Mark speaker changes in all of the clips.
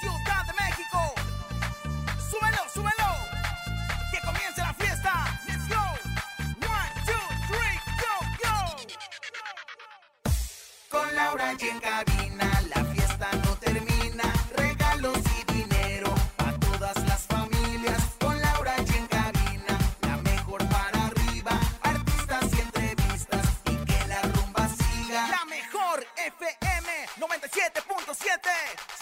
Speaker 1: Ciudad de México, súbelo, súbelo. Que comience la fiesta. Let's go. One, two, three, go, go. Con Laura y en cabina, la fiesta no termina. Regalos y dinero a todas las familias. Con Laura y en cabina, la mejor para arriba. Artistas y entrevistas y que la rumba siga. La mejor FM 97.7.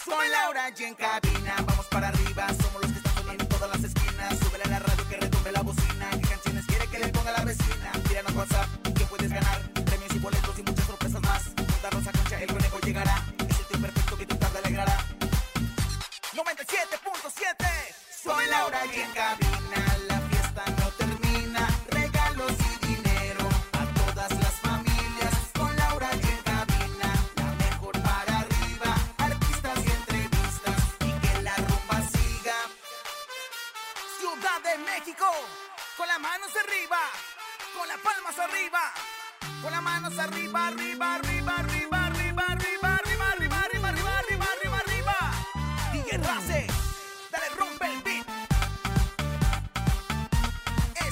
Speaker 1: Con Laura y en cabina, vamos para arriba. Somos los que están sonando en todas las esquinas. Súbele a la radio que retumbe la bocina. ¿Qué canciones quiere que le ponga la vecina? Tíranos WhatsApp que puedes ganar. Premios y boletos y muchas sorpresas más. Juntarnos a concha, el conejo llegará. Es el tío perfecto que tu tarde alegrará. 97.7 Soy Laura y en cabina La fiesta no termina Regalos y dinero A todas las familias Con Laura y en cabina La mejor para arriba Artistas y entrevistas Y que la rumba siga Ciudad de México Con las manos arriba Con las palmas arriba Con las manos arriba, arriba, arriba, arriba Arriba, arriba, arriba, arriba, arriba, arriba, arriba, arriba, arriba. DJ Race, dale rompe el beat.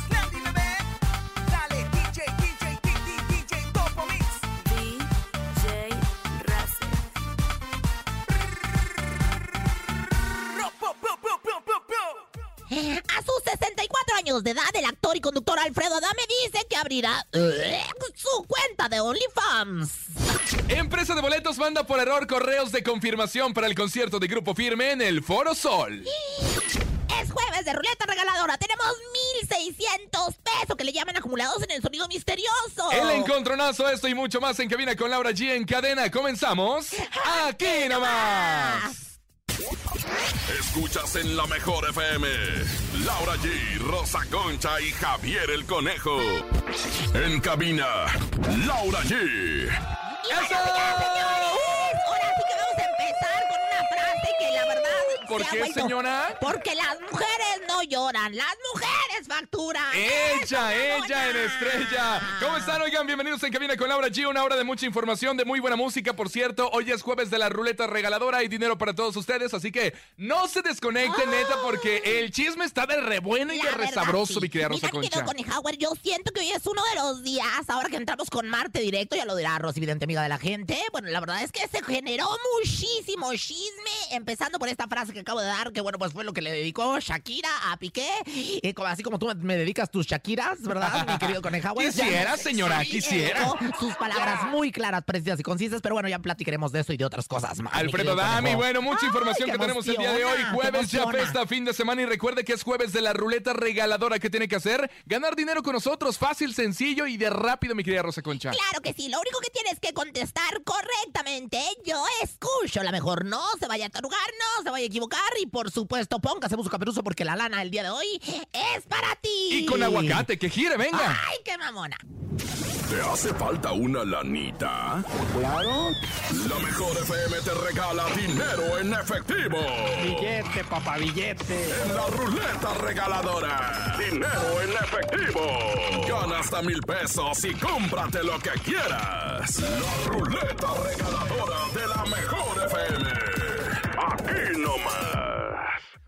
Speaker 1: Slandy bebé, dale DJ, DJ, DJ, DJ, Topo Mix.
Speaker 2: DJ Racer.
Speaker 1: Ro, pu, pu, pu, pu, pu, pu.
Speaker 3: A sus 64 años de edad, el actor y conductor Alfredo Dame dice que abrirá eh, su cuenta de OnlyFans.
Speaker 4: Empresa de boletos manda por error correos de confirmación para el concierto de Grupo Firme en el Foro Sol.
Speaker 3: Es jueves de ruleta regaladora. Tenemos 1,600 pesos que le llaman acumulados en el sonido misterioso.
Speaker 4: El encontronazo, esto y mucho más en cabina con Laura G en cadena. Comenzamos aquí
Speaker 3: Ah.
Speaker 4: nomás.
Speaker 5: Escuchas en la mejor FM. Laura G, Rosa Concha y Javier el Conejo. En cabina, Laura G.
Speaker 3: Y bueno, ya, señores, ahora sí que vamos a empezar con una frase que la verdad.
Speaker 4: ¿Por
Speaker 3: se ha
Speaker 4: qué,
Speaker 3: vuelto-
Speaker 4: señora?
Speaker 3: Porque las mujeres no lloran, las mujeres facturan. ¡Eso,
Speaker 4: Ella, ella en
Speaker 3: mamona!
Speaker 4: estrella. ¿Cómo están? Oigan, bienvenidos en cabina con Laura G. Una hora de mucha información, de muy buena música, por cierto. Hoy es jueves de la ruleta regaladora y dinero para todos ustedes, así que no se desconecten,
Speaker 3: Ah.
Speaker 4: neta, porque el chisme está de re bueno y
Speaker 3: La
Speaker 4: de re
Speaker 3: verdad,
Speaker 4: sabroso,
Speaker 3: sí.
Speaker 4: mi querida Rosa
Speaker 3: Mira, querido
Speaker 4: Concha.
Speaker 3: Conejauer, yo siento que hoy es uno de los días, ahora que entramos con Marte directo, ya lo dirá Rosy, evidente amiga de la gente. Bueno, la verdad es que se generó muchísimo chisme, empezando por esta frase que acabo de dar, que bueno, pues fue lo que le dedicó Shakira a Piqué. Eh, como- así como tú me- me dedicas tus Shakiras, ¿verdad, mi querido Conejauer? Ya-
Speaker 4: Quisiera, señora,
Speaker 3: Sí,
Speaker 4: quisiera.
Speaker 3: eh, no, sus palabras muy claras, precisas y concisas, pero bueno, ya platicaremos de eso y de otras cosas más. mi
Speaker 4: Alfredo
Speaker 3: querido
Speaker 4: Dami,
Speaker 3: Conejo.
Speaker 4: bueno, mucha
Speaker 3: Ay,
Speaker 4: información
Speaker 3: qué
Speaker 4: que tenemos el día de hoy.
Speaker 3: emociona, qué
Speaker 4: Jueves ya
Speaker 3: emociona.
Speaker 4: festa, fin de semana. Y recuerde que es jueves de la ruleta regaladora. ¿Qué tiene que hacer? Ganar dinero con nosotros, fácil, sencillo y de rápido, mi querida Rosa Concha.
Speaker 3: Claro que sí, lo único que tienes que contestar correctamente. Yo escucho, la mejor no se vaya a tarugar, no se vaya a equivocar y por supuesto póngase su caperuzo porque la lana el día de hoy es para ti.
Speaker 4: Y con aguacate, que gire, venga.
Speaker 3: ¡Ay, qué mamona!
Speaker 5: ¿Te hace falta una lanita?
Speaker 6: Claro,
Speaker 5: La mejor FM te regala dinero en efectivo.
Speaker 6: billete, papá, billete.
Speaker 5: En la ruleta regaladora. Dinero en efectivo. Gana hasta mil pesos y cómprate lo que quieras. La ruleta regaladora de la mejor FM. Aquí nomás.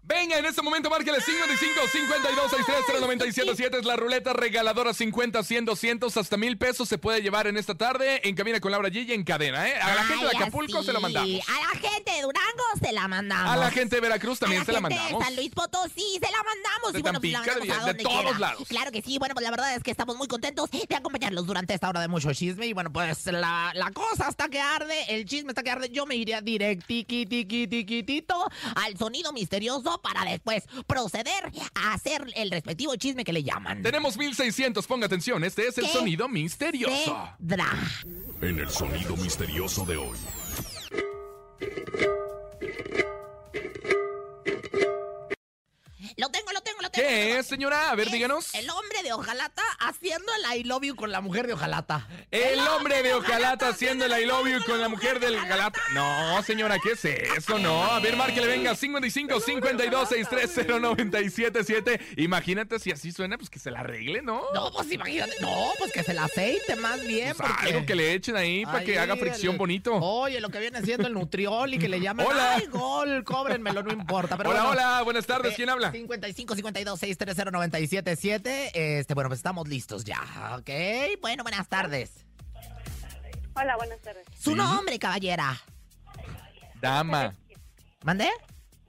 Speaker 4: Venga, en este momento márquele 55 52 63 977 es la ruleta regaladora 50 100 200 hasta mil pesos se puede llevar en esta tarde en cabina con Laura G y en cadena, ¿eh? A la gente de
Speaker 3: Ay,
Speaker 4: Acapulco
Speaker 3: así.
Speaker 4: se la mandamos.
Speaker 3: A la gente de Durango se la mandamos.
Speaker 4: A la gente de Veracruz también
Speaker 3: A
Speaker 4: se la
Speaker 3: gente de
Speaker 4: mandamos.
Speaker 3: San Luis Potosí, se la mandamos.
Speaker 4: De
Speaker 3: y bueno, pues la mandamos a
Speaker 4: Tampico, de Villa- de
Speaker 3: donde
Speaker 4: todos
Speaker 3: quiera.
Speaker 4: lados.
Speaker 3: Claro que sí. Bueno, pues la verdad es que estamos muy contentos de acompañarlos durante esta hora de mucho chisme. Y bueno, pues la, la cosa está que arde, el chisme está que arde. Yo me iría directiquitiquitiquitito al sonido misterioso para después proceder a hacer el respectivo chisme que le llaman.
Speaker 4: Tenemos 1600, ponga atención, este es el
Speaker 3: ¿Qué?
Speaker 4: sonido misterioso.
Speaker 3: Tendrá.
Speaker 5: En el sonido misterioso de hoy.
Speaker 3: Lo tengo, lo tengo, lo
Speaker 4: ¿Qué es, señora? A ver,
Speaker 3: Es
Speaker 4: díganos.
Speaker 3: El hombre de Ojalata haciendo el I love you con la mujer de Ojalata.
Speaker 4: El hombre de Ojalata haciendo el I love you con la mujer del Galata. No, señora, ¿qué es eso? No. A ver, márquele, venga. 55 52 630 977. Imagínate si así suena, pues que se la arregle, ¿no?
Speaker 3: No, pues imagínate. No, pues que se la aceite más bien.
Speaker 4: Pues
Speaker 3: porque-
Speaker 4: algo que le echen ahí para
Speaker 6: Ahí,
Speaker 4: que haga fricción
Speaker 6: el-
Speaker 4: bonito.
Speaker 6: Oye, lo que viene siendo el nutriol y que le llaman.
Speaker 4: Hola.
Speaker 6: ¡Ay, gol! Cóbrenmelo, no importa. Pero
Speaker 4: hola,
Speaker 6: bueno,
Speaker 4: hola, buenas tardes. ¿Quién habla?
Speaker 3: 55 52 630 977. Este, bueno, pues estamos listos ya. Ok, bueno, buenas tardes.
Speaker 7: Hola, buenas tardes.
Speaker 3: Su
Speaker 4: Sí.
Speaker 3: nombre, caballera.
Speaker 4: Dama.
Speaker 3: ¿Mandé?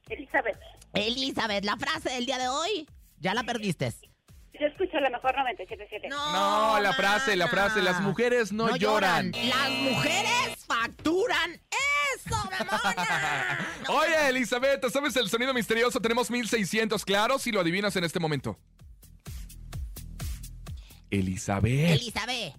Speaker 7: Elizabeth,
Speaker 3: Elizabeth, la frase del día de hoy. Ya la perdiste.
Speaker 7: yo escucho la mejor 97.7.
Speaker 4: No, la frase, la frase. Las mujeres no, lloran.
Speaker 3: Las mujeres facturan. ¡Eso, mamona! No,
Speaker 4: Oye, Elizabeth, ¿te ¿sabes el sonido misterioso? Tenemos 1600 claros si lo adivinas en este momento. Elizabeth.
Speaker 3: Elizabeth.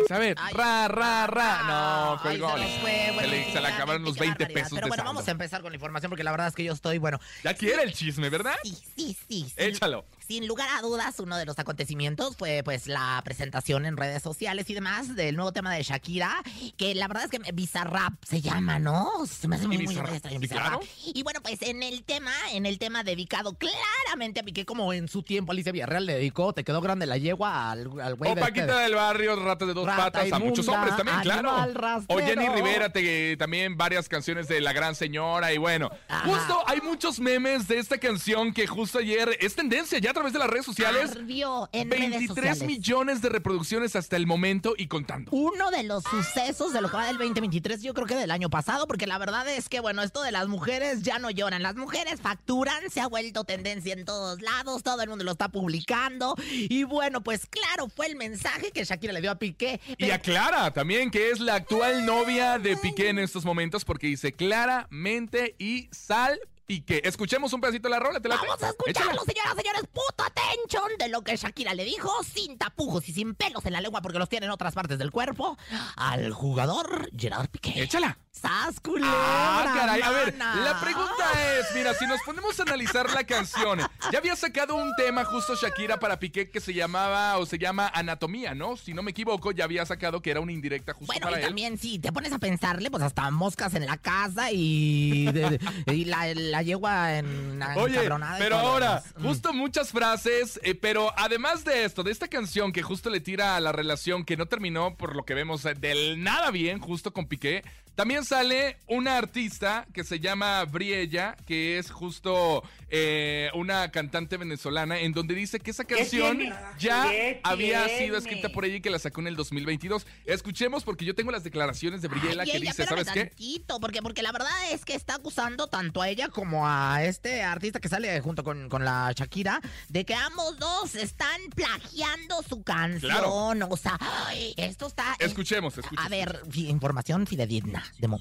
Speaker 4: Elizabeth.
Speaker 3: Ay.
Speaker 4: Pues, Ra, ra, ra. Ah, No,
Speaker 3: Ay,
Speaker 4: colgó.
Speaker 3: se nos fue, bueno,
Speaker 4: Se le- se le
Speaker 3: definitivamente,
Speaker 4: acabaron los
Speaker 3: qué
Speaker 4: 20
Speaker 3: barbaridad.
Speaker 4: pesos
Speaker 3: Pero
Speaker 4: de
Speaker 3: bueno,
Speaker 4: saldo.
Speaker 3: vamos a empezar con la información porque la verdad es que yo estoy, bueno,
Speaker 4: Ya quiere el chisme, ¿verdad?
Speaker 3: sí, sí, sí. sí.
Speaker 4: Échalo.
Speaker 3: Sin lugar a dudas, uno de los acontecimientos fue pues la presentación en redes sociales y demás del nuevo tema de Shakira, que la verdad es que Bizarrap se llama, ¿no? Se me hace muy, muy, muy
Speaker 4: Bizarrap,
Speaker 3: extraño,
Speaker 4: sí,
Speaker 3: Bizarrap.
Speaker 4: claro.
Speaker 3: Y bueno, pues en el tema, en el tema dedicado claramente a Piqué, como en su tiempo Alicia Villarreal le dedicó, te quedó grande la yegua al, al güey
Speaker 4: O
Speaker 3: de este-
Speaker 4: Oh, Paquita del Barrio, Rata de Dos
Speaker 6: Rata
Speaker 4: Patas, a muchos
Speaker 6: inmunda,
Speaker 4: hombres también, claro.
Speaker 6: animal
Speaker 4: O
Speaker 6: rastrero.
Speaker 4: Jenny Rivera, te- también varias canciones de La Gran Señora y bueno.
Speaker 3: Ajá.
Speaker 4: Justo hay muchos memes de esta canción que justo ayer es tendencia ya a través de las redes sociales.
Speaker 3: Ardió en redes
Speaker 4: 23
Speaker 3: sociales.
Speaker 4: millones de reproducciones hasta el momento y contando.
Speaker 3: uno de los sucesos de lo que va del 2023, yo creo que del año pasado, porque la verdad es que, bueno, esto de las mujeres ya no lloran. Las mujeres facturan, se ha vuelto tendencia en todos lados, todo el mundo lo está publicando. Y bueno, pues claro, fue el mensaje que Shakira le dio a Piqué.
Speaker 4: Y
Speaker 3: pero-
Speaker 4: aclara también que es la actual novia de Piqué en estos momentos porque dice claramente y sal Piqué. Escuchemos un pedacito de la rola, te la
Speaker 3: Vamos a escucharlo, señoras, señores. Puto atención de lo que Shakira le dijo, sin tapujos y sin pelos en la lengua, porque los tiene en otras partes del cuerpo, al jugador Gerard Piqué.
Speaker 4: Échala.
Speaker 3: ¡Sas, culebra,
Speaker 4: Ah, caray. A ver,
Speaker 3: mana!
Speaker 4: la pregunta es, mira, si nos ponemos a analizar la canción, ya había sacado un tema justo Shakira para Piqué que se llamaba o se llama Anatomía, ¿no? Si no me equivoco, ya había sacado que era una indirecta justo
Speaker 3: Bueno,
Speaker 4: para
Speaker 3: y
Speaker 4: él.
Speaker 3: también si te pones a pensarle, pues hasta moscas en la casa y, de- de- y la, la yegua en
Speaker 4: Oye,
Speaker 3: encabronada y
Speaker 4: pero
Speaker 3: todo lo
Speaker 4: ahora,
Speaker 3: demás. Mm.
Speaker 4: justo muchas frases, eh, pero además de esto, de esta canción que justo le tira a la relación que no terminó, por lo que vemos, eh, del nada bien, justo con Piqué, también sale una artista que se llama Briella, que es justo eh, una cantante venezolana, en donde dice que esa canción
Speaker 8: tiene? Ah,
Speaker 4: ya
Speaker 8: ¿Qué
Speaker 4: había
Speaker 8: tiene?
Speaker 4: sido escrita por ella y que la sacó en el 2022. Escuchemos porque yo tengo las declaraciones de Briella
Speaker 3: Ay,
Speaker 4: que
Speaker 3: ella,
Speaker 4: dice,
Speaker 3: espérame
Speaker 4: ¿sabes qué?
Speaker 3: tantito, porque, porque la verdad es que está acusando tanto a ella como a este artista que sale junto con, con la Shakira de que ambos dos están plagiando su canción.
Speaker 4: Claro.
Speaker 3: O sea, ay, esto está...
Speaker 4: Escuchemos, escuchemos.
Speaker 3: A ver, fi- información fidedigna. De mo-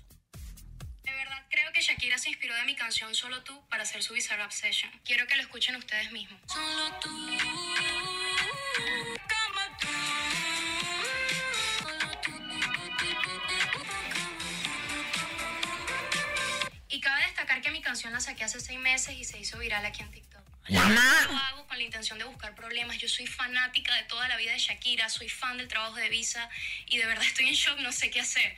Speaker 9: De verdad, creo que Shakira se inspiró de mi canción Solo tú para hacer su Bizarrap Session. Quiero que lo escuchen ustedes mismos.
Speaker 2: Solo tú, como tú. Solo tú,
Speaker 9: Y cabe destacar que mi canción la saqué hace seis meses y se hizo viral aquí en TikTok. Lo
Speaker 3: ¡Lana!
Speaker 9: hago con la intención de buscar problemas. Yo soy fanática de toda la vida de Shakira, soy fan del trabajo de Visa y de verdad estoy en shock, no sé qué hacer.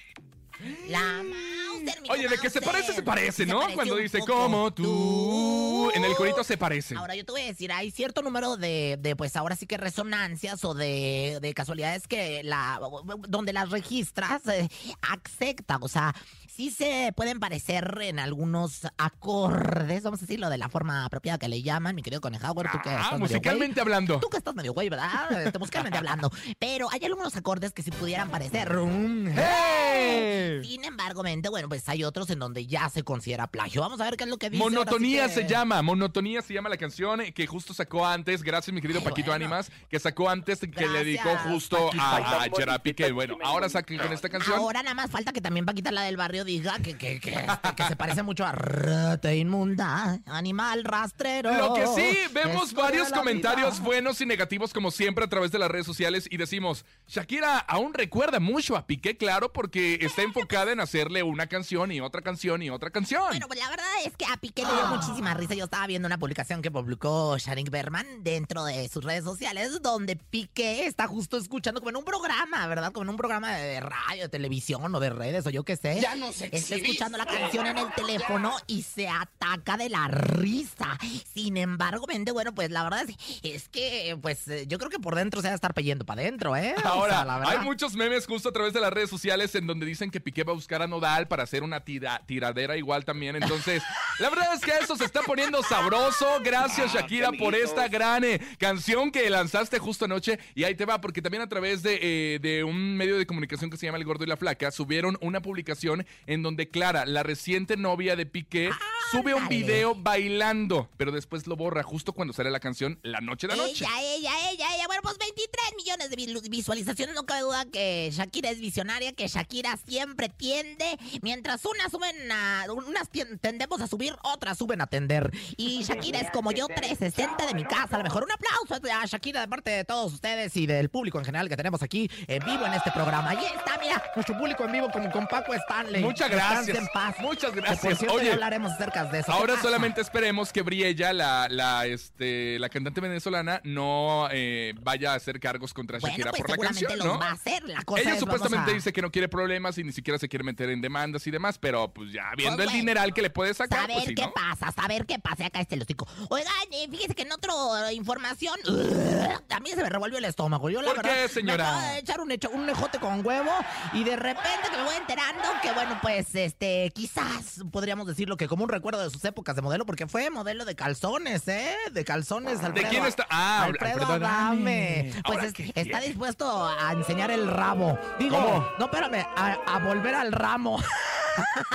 Speaker 3: La Mauser, mi
Speaker 4: Oye, de que se
Speaker 3: Mauser.
Speaker 4: parece, se parece, ¿no?
Speaker 3: parece
Speaker 4: Cuando
Speaker 3: un
Speaker 4: dice,
Speaker 3: poco.
Speaker 4: como tú. En el corito se parece.
Speaker 3: Ahora yo te voy a decir, hay cierto número de, de, pues ahora sí que resonancias o de, de casualidades que la donde las registras eh, acepta, o sea, sí se pueden parecer en algunos acordes, vamos a decirlo de la forma apropiada que le llaman, mi querido Conejauer, tú que estás
Speaker 4: Ah,
Speaker 3: medio
Speaker 4: musicalmente hablando.
Speaker 3: güey, Tú que estás medio güey, ¿verdad? Este, Musicalmente hablando. Pero hay algunos acordes que sí pudieran parecer. un-
Speaker 4: ¡Hey!
Speaker 3: Sin embargo, mente, bueno, pues hay otros en donde ya se considera plagio. Vamos a ver qué es lo que dice. ahora sí
Speaker 4: Monotonía
Speaker 3: que-
Speaker 4: se llama, monotonía se llama la canción eh, que justo sacó antes, gracias mi querido
Speaker 3: Ay,
Speaker 4: Paquito
Speaker 3: bueno.
Speaker 4: Ánimas, que sacó antes que le dedicó
Speaker 3: Gracias,
Speaker 4: justo a, a
Speaker 8: Paquito.
Speaker 4: Gerard Piqué. Bueno, ahora saquen con esta canción.
Speaker 3: Ahora nada más falta que también Paquita la del barrio diga que, que, que, este, que se parece mucho a rata inmunda, animal rastrero.
Speaker 4: Lo que sí, vemos
Speaker 3: Historia
Speaker 4: varios
Speaker 3: de la
Speaker 4: comentarios
Speaker 3: vida.
Speaker 4: buenos y negativos como siempre a través de las redes sociales y decimos, Shakira aún recuerda mucho a Piqué, claro, porque está enfocada en hacerle una canción y otra canción y otra canción.
Speaker 8: Ah.
Speaker 3: Bueno, pues la verdad es que a Piqué le dio muchísima risa. Yo estaba estaba viendo una publicación que publicó Sharik Berman dentro de sus redes sociales, donde Piqué está justo escuchando como en un programa, ¿verdad? Como en un programa de radio, de televisión o de redes o yo qué sé.
Speaker 8: Ya nos
Speaker 3: Está
Speaker 8: exhibiste.
Speaker 3: escuchando la canción en el teléfono y se ataca de la risa. Sin embargo, mente, bueno, pues la verdad es, es que, pues eh, yo creo que por dentro se va a estar peyendo para adentro, ¿eh? O sea,
Speaker 4: Ahora,
Speaker 3: la
Speaker 4: hay
Speaker 3: verdad.
Speaker 4: muchos memes justo a través de las redes sociales en donde dicen que Piqué va a buscar a Nodal para hacer una tira- tiradera igual también. Entonces, la verdad es que eso se está poniendo sabroso. Gracias, Shakira, por esta gran eh, canción que lanzaste justo anoche. Y ahí te va, porque también a través de, eh, de un medio de comunicación que se llama El Gordo y la Flaca, subieron una publicación en donde Clara, la reciente novia de Piqué, sube un
Speaker 3: Ándale.
Speaker 4: video bailando, pero después lo borra justo cuando sale la canción La Noche de la Noche.
Speaker 3: Ella, ella, ella, ella. Bueno, pues 23 millones de vilu- visualizaciones. No cabe duda que Shakira es visionaria, que Shakira siempre tiende. Mientras unas suben a. Unas tien- tendemos a subir, otras suben a tender. Y Shakira es como yo, 360 de mi casa. A lo mejor un aplauso a Shakira de parte de todos ustedes y del público en general que tenemos aquí en vivo en este programa. Ahí está, mira, nuestro público en vivo como con Paco Stanley.
Speaker 4: Muchas gracias.
Speaker 3: Descanse en paz.
Speaker 4: Muchas
Speaker 3: Que,
Speaker 4: gracias.
Speaker 3: por cierto,
Speaker 4: Oye,
Speaker 3: ya hablaremos acerca de eso. ¿Qué
Speaker 4: Ahora
Speaker 3: pasa?
Speaker 4: solamente esperemos que Briella, la, la, este, la cantante venezolana, no eh, vaya a hacer cargos contra
Speaker 3: Bueno,
Speaker 4: Shakira
Speaker 3: pues
Speaker 4: por la
Speaker 3: seguramente
Speaker 4: canción,
Speaker 3: los
Speaker 4: ¿no?
Speaker 3: va a hacer. La cosa
Speaker 4: Ella
Speaker 3: es, vamos
Speaker 4: supuestamente
Speaker 3: a-
Speaker 4: dice que no quiere problemas y ni siquiera se quiere meter en demandas y demás, pero pues ya viendo el
Speaker 3: güey,
Speaker 4: dineral que le puede sacar,
Speaker 3: Saber
Speaker 4: pues sí,
Speaker 3: qué
Speaker 4: ¿no?
Speaker 3: pasa, saber qué pasa. Acá este hocico. Oigan, eh, fíjese que en otra información. ugh, a mí se me revolvió el estómago. Yo, la
Speaker 4: ¿Por qué,
Speaker 3: verdad,
Speaker 4: señora?
Speaker 3: Me acabo de echar un, echo- un ejote con huevo y de repente que me voy enterando que, bueno, pues, este, quizás podríamos decirlo que como un recuerdo de sus épocas de modelo, porque fue modelo de calzones, ¿eh? De calzones.
Speaker 4: ¿De
Speaker 3: Alfredo-
Speaker 4: quién está? Ah,
Speaker 3: Alfredo,
Speaker 4: Adame.
Speaker 3: Adame. Pues
Speaker 4: Ahora,
Speaker 3: es-
Speaker 4: ¿qué
Speaker 3: está
Speaker 4: tiene?
Speaker 3: dispuesto a enseñar el rabo. Digo,
Speaker 4: ¿Cómo?
Speaker 3: no, espérame, a, a volver al ramo.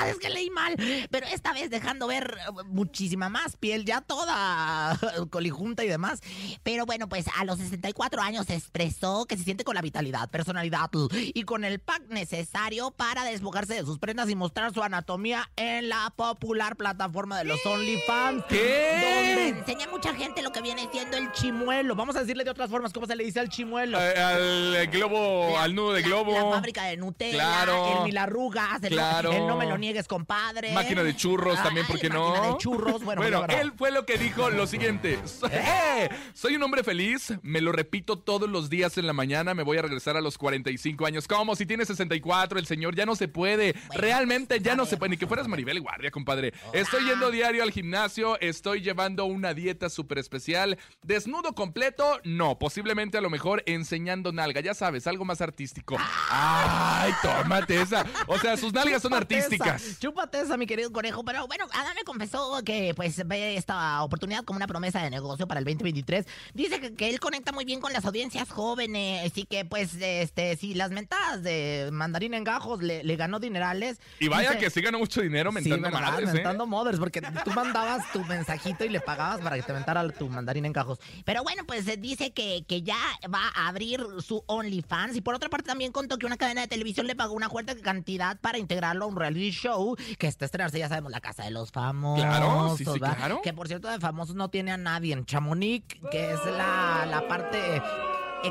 Speaker 3: es que leí mal. Pero esta vez dejando ver eh, muchísima más piel, ya toda colijunta y demás. Pero bueno, pues a los 64 años expresó que se siente con la vitalidad, personalidad y con el pack necesario para despojarse de sus prendas y mostrar su anatomía en la popular plataforma de los OnlyFans. Donde
Speaker 4: ¿Qué?
Speaker 3: enseña a mucha gente lo que viene siendo el chimuelo. Vamos a decirle de otras formas cómo se le dice al chimuelo.
Speaker 4: Eh, Al eh, globo,
Speaker 3: La-
Speaker 4: al nudo de
Speaker 3: la-
Speaker 4: globo.
Speaker 3: La, fábrica de Nutella,
Speaker 4: Claro.
Speaker 3: el mil arrugas, el, no-
Speaker 4: Claro.
Speaker 3: el no me lo niegues, compadre.
Speaker 4: Máquina de churros también,
Speaker 3: Ay,
Speaker 4: ¿por qué
Speaker 3: máquina
Speaker 4: no?
Speaker 3: de churros, bueno, pues,
Speaker 4: Bueno,
Speaker 3: la verdad.
Speaker 4: él fue lo que dijo lo siguiente. ¡Eh! Soy un hombre feliz, me lo repito todos los días en la mañana, me voy a regresar a los 45 años. ¿Cómo? Si tiene 64, el señor ya no se puede.
Speaker 3: Bueno, pues,
Speaker 4: Realmente ya no se
Speaker 3: sabemos,
Speaker 4: puede. Ni que fueras Maribel Guardia, compadre.
Speaker 3: Oh.
Speaker 4: Estoy yendo diario al gimnasio, estoy llevando una dieta súper especial. ¿Desnudo completo? No, posiblemente a lo mejor enseñando nalga. Ya sabes, algo más artístico. ¡Ay, tómate esa! O sea, sus nalgas son
Speaker 3: Chúpate Ah. esa,
Speaker 4: artísticas.
Speaker 3: Chúpate esa, mi querido conejo. Pero bueno, Adame confesó que pues ve esta oportunidad como una promesa de negocio para el 2023. Dice que, que él conecta muy bien con las audiencias jóvenes y que pues este si las mentadas de mandarín en gajos le, le ganó dinerales.
Speaker 4: Y vaya
Speaker 3: dice-
Speaker 4: que sí ganó mucho dinero mentando
Speaker 3: sí, ¿verdad?
Speaker 4: madres, ¿eh?
Speaker 3: mentando mothers, porque tú mandabas tu mensajito y le pagabas para que te mentara tu mandarín en cajos. Pero bueno, pues eh, dice que, que ya va a abrir su OnlyFans. Y por otra parte también contó que una cadena de televisión le pagó una fuerte cantidad para integrarlo a un reality show que está a estrenarse, ya sabemos, la casa de los famosos.
Speaker 4: Claro, sí, sí,
Speaker 3: ¿va?
Speaker 4: claro.
Speaker 3: Que por cierto, de famosos no tiene a nadie en Chamonix, que es la, la parte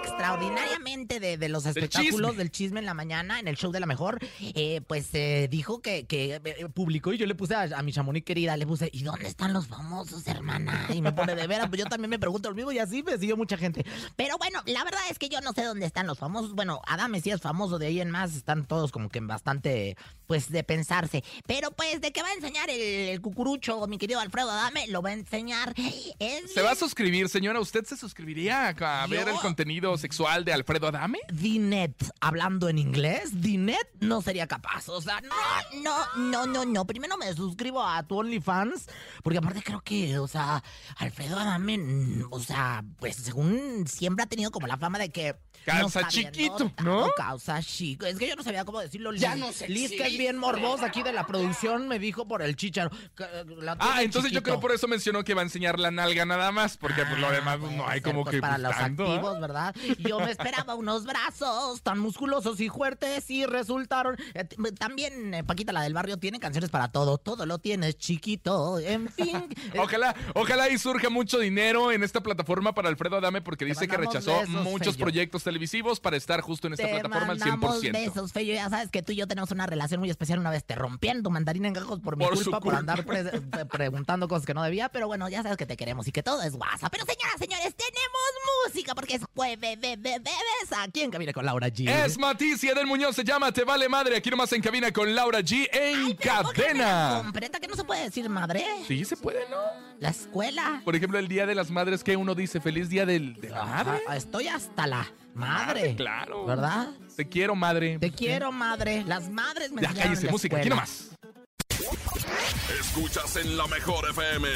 Speaker 3: extraordinariamente de, de los espectáculos
Speaker 4: chisme.
Speaker 3: del chisme en la mañana, en el show de la mejor, eh, pues eh, dijo que, que, eh, publicó y yo le puse a, a mi chamonix querida, le puse, ¿y dónde están los famosos, hermana? Y me pone de veras, pues yo también me pregunto lo mismo y así me siguió mucha gente. Pero bueno, la verdad es que yo no sé dónde están los famosos. Bueno, Adame sí es famoso, de ahí en más están todos como que en bastante, pues de pensarse. Pero pues, ¿de qué va a enseñar el, el cucurucho, mi querido Alfredo Adame? Lo va a enseñar. Es
Speaker 4: ¿Se va a suscribir, señora? ¿Usted se suscribiría a a ver
Speaker 3: Yo-
Speaker 4: el contenido sexual de Alfredo Adame?
Speaker 3: Dinet hablando en inglés, Dinet no sería capaz. O sea, no, no, no, no, no. Primero me suscribo a tu OnlyFans, porque aparte creo que, o sea, Alfredo Adame, mm, o sea, pues según siempre ha tenido como la fama de que.
Speaker 4: Calza
Speaker 3: está bien,
Speaker 4: chiquito,
Speaker 3: Ah,
Speaker 4: ¿no?
Speaker 3: Calza chico. Es que yo no sabía cómo decirlo. Liz.
Speaker 8: Ya nos
Speaker 3: Liz, que es bien morbosa aquí de la producción, me dijo por el chicharo.
Speaker 4: Ah, entonces yo creo por eso mencionó que va a enseñar la nalga nada más, porque pues lo
Speaker 3: Ah,
Speaker 4: demás pues,
Speaker 3: puede
Speaker 4: no hay
Speaker 3: ser,
Speaker 4: como
Speaker 3: pues,
Speaker 4: que
Speaker 3: para
Speaker 4: pues,
Speaker 3: los
Speaker 4: tanto, ¿ah?
Speaker 3: activos, ¿verdad? Yo me esperaba unos brazos tan musculosos y fuertes y resultaron. Eh, t- también eh, Paquita la del barrio tiene canciones para todo, todo lo tienes chiquito. En fin, eh,
Speaker 4: Ojalá, ojalá y surja mucho dinero en esta plataforma para Alfredo Adame, porque
Speaker 3: Te
Speaker 4: dice que
Speaker 3: mandamos
Speaker 4: rechazó
Speaker 3: besos,
Speaker 4: muchos
Speaker 3: Fello.
Speaker 4: proyectos televisivos para estar justo en esta
Speaker 3: te
Speaker 4: plataforma al
Speaker 3: mandamos
Speaker 4: 100%.
Speaker 3: besos, Feyo. Ya sabes que tú y yo tenemos una relación muy especial una vez. Te rompían tu mandarina en gajos por mi
Speaker 4: Por su
Speaker 3: culpa, por
Speaker 4: culpa.
Speaker 3: andar pre- pre- preguntando cosas que no debía. Pero bueno, ya sabes que te queremos y que todo es guasa. Pero señoras, señores, tenemos música porque es jueves. be- be- bebes. Aquí en Camina con Laura G.
Speaker 4: Es Matiz y Edel Muñoz se llama Te Vale Madre. Aquí nomás en cabina con Laura G en cadena.
Speaker 3: Compreta que no se puede decir madre.
Speaker 4: Sí, se puede, ¿no?
Speaker 3: La escuela.
Speaker 4: Por ejemplo, el Día de las Madres, que uno dice? Feliz Día del, de la Madre.
Speaker 3: Ah, estoy hasta la madre.
Speaker 4: Ah, Claro.
Speaker 3: ¿Verdad?
Speaker 4: Te quiero, madre.
Speaker 3: Te quiero, madre. Las madres me
Speaker 4: Ya
Speaker 3: enseñaron en
Speaker 4: cállese,
Speaker 3: la
Speaker 4: música. Aquí
Speaker 3: escuela.
Speaker 4: nomás.
Speaker 5: Escuchas en la mejor FM.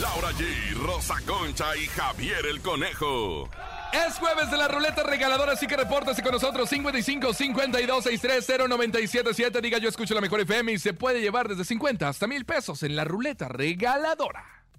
Speaker 5: Laura G, Rosa Concha y Javier el Conejo.
Speaker 4: Es jueves de la ruleta regaladora, así que repórtese con nosotros 55 52 630 977. Diga yo escucho la mejor FM y se puede llevar desde 50 hasta mil pesos en la ruleta regaladora.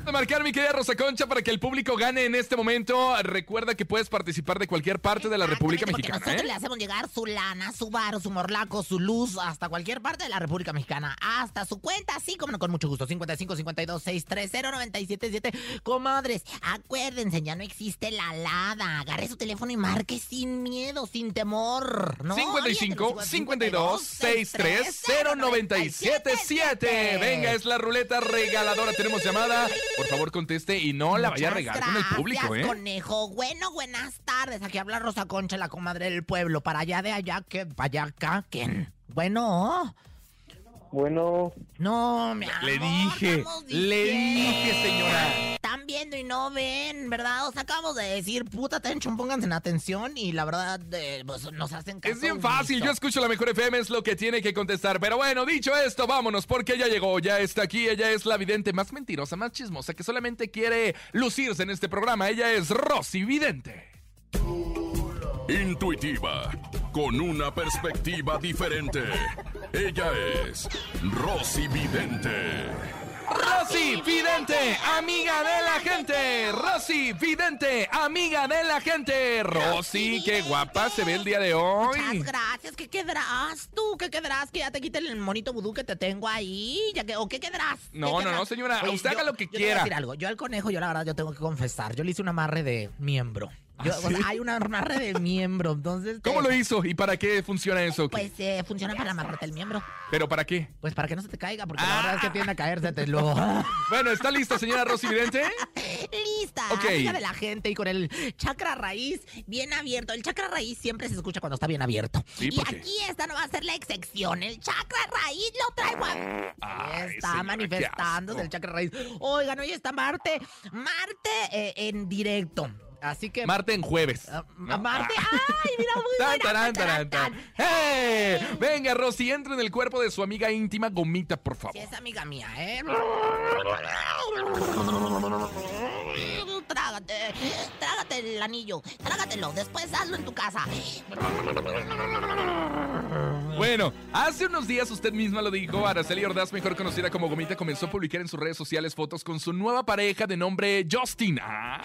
Speaker 4: De marcar mi querida Rosa Concha para que el público gane en este momento. Recuerda que puedes participar de cualquier parte de la República
Speaker 3: Exactamente,
Speaker 4: Mexicana.
Speaker 3: Porque nosotros
Speaker 4: ¿eh?
Speaker 3: le hacemos llegar su lana, su bar, su morlaco, su luz, hasta cualquier parte de la República Mexicana, hasta su cuenta, así como no, con mucho gusto. 55 52 630 977. Comadres, acuérdense, ya no existe la alada. Agarre su teléfono y marque sin miedo, sin temor. ¿no?
Speaker 4: 55 52 63 0977. Venga, es la ruleta regaladora. Tenemos llamada. Por favor, conteste y no la vaya a
Speaker 3: Muchas
Speaker 4: regar con el público,
Speaker 3: gracias,
Speaker 4: ¿eh?
Speaker 3: conejo. Bueno, buenas tardes. Aquí habla Rosa Concha, la comadre del pueblo. Para allá de allá, que vaya acá, que... Bueno...
Speaker 8: Bueno,
Speaker 3: No, mi
Speaker 4: Le
Speaker 3: amor,
Speaker 4: dije,
Speaker 3: estamos
Speaker 4: le
Speaker 3: diciendo.
Speaker 4: dije, señora.
Speaker 3: Están viendo y no ven, ¿verdad? O sea, acabamos de decir, puta tenchón, pónganse en atención y la verdad, eh, pues nos hacen caso.
Speaker 4: Es bien fácil, yo escucho la mejor FM, es lo que tiene que contestar. Pero bueno, dicho esto, vámonos, porque ella llegó, ya está aquí, ella es la vidente más mentirosa, más chismosa, que solamente quiere lucirse en este programa. Ella es Rosy Vidente.
Speaker 5: Intuitiva, con una perspectiva diferente. Ella es Rosy Vidente.
Speaker 4: Rosy Vidente, amiga de la gente. Rosy Vidente, amiga de la gente. Rosy, qué guapa se ve el día de
Speaker 3: Muchas
Speaker 4: hoy.
Speaker 3: gracias, ¿qué quedarás tú? ¿Qué quedarás? ¿Que ya te quiten el monito vudú que te tengo ahí? ¿Ya que, ¿O qué quedarás? ¿Qué
Speaker 4: No, no,
Speaker 3: quedarás?
Speaker 4: no, señora, usted
Speaker 3: yo-
Speaker 4: haga lo que
Speaker 3: yo te voy a
Speaker 4: quiera.
Speaker 3: decir algo. Yo al conejo, yo la verdad, yo tengo que confesar, yo le hice un amarre de miembro. Yo- o sea, hay un amarre de miembro, entonces...
Speaker 4: ¿Ah, ¿Cómo
Speaker 3: eh,
Speaker 4: lo hizo y para qué funciona eso?
Speaker 3: Pues eh, funciona para amarrarte el miembro.
Speaker 4: ¿Pero para qué?
Speaker 3: Pues para que no se te caiga, porque
Speaker 4: Ah.
Speaker 3: la verdad es que tiende a caerse luego.
Speaker 4: Bueno, ¿está lista, señora Rosy Vidente?
Speaker 3: Lista,
Speaker 4: Ok.
Speaker 3: amiga de la gente y con el chakra raíz bien abierto. El chakra raíz siempre se escucha cuando está bien abierto.
Speaker 4: Sí,
Speaker 3: y
Speaker 4: ¿por qué?
Speaker 3: aquí esta no va a ser la excepción. El chakra raíz lo traigo. a-
Speaker 4: Ay,
Speaker 3: Ahí está
Speaker 4: señora,
Speaker 3: manifestándose
Speaker 4: qué asco.
Speaker 3: el chakra raíz. Oigan, hoy está Marte, Marte eh, en directo. Así que
Speaker 4: Marte en jueves.
Speaker 3: Ah,
Speaker 4: ¿no?
Speaker 3: Marte,
Speaker 4: Ah.
Speaker 3: ay, mira muy
Speaker 4: Tan,
Speaker 3: buena,
Speaker 4: tarán, tarán,
Speaker 3: tarán,
Speaker 4: tarán. ¡Hey! Venga, Rosy, entra en el cuerpo de su amiga íntima Gomita, por favor.
Speaker 3: Si es amiga mía, ¿eh? Trágate, trágate el anillo, trágatelo, después hazlo en tu casa.
Speaker 4: Bueno, hace unos días usted misma lo dijo, Araceli Ordaz, mejor conocida como Gomita, comenzó a publicar en sus redes sociales fotos con su nueva pareja de nombre Justin. Ah,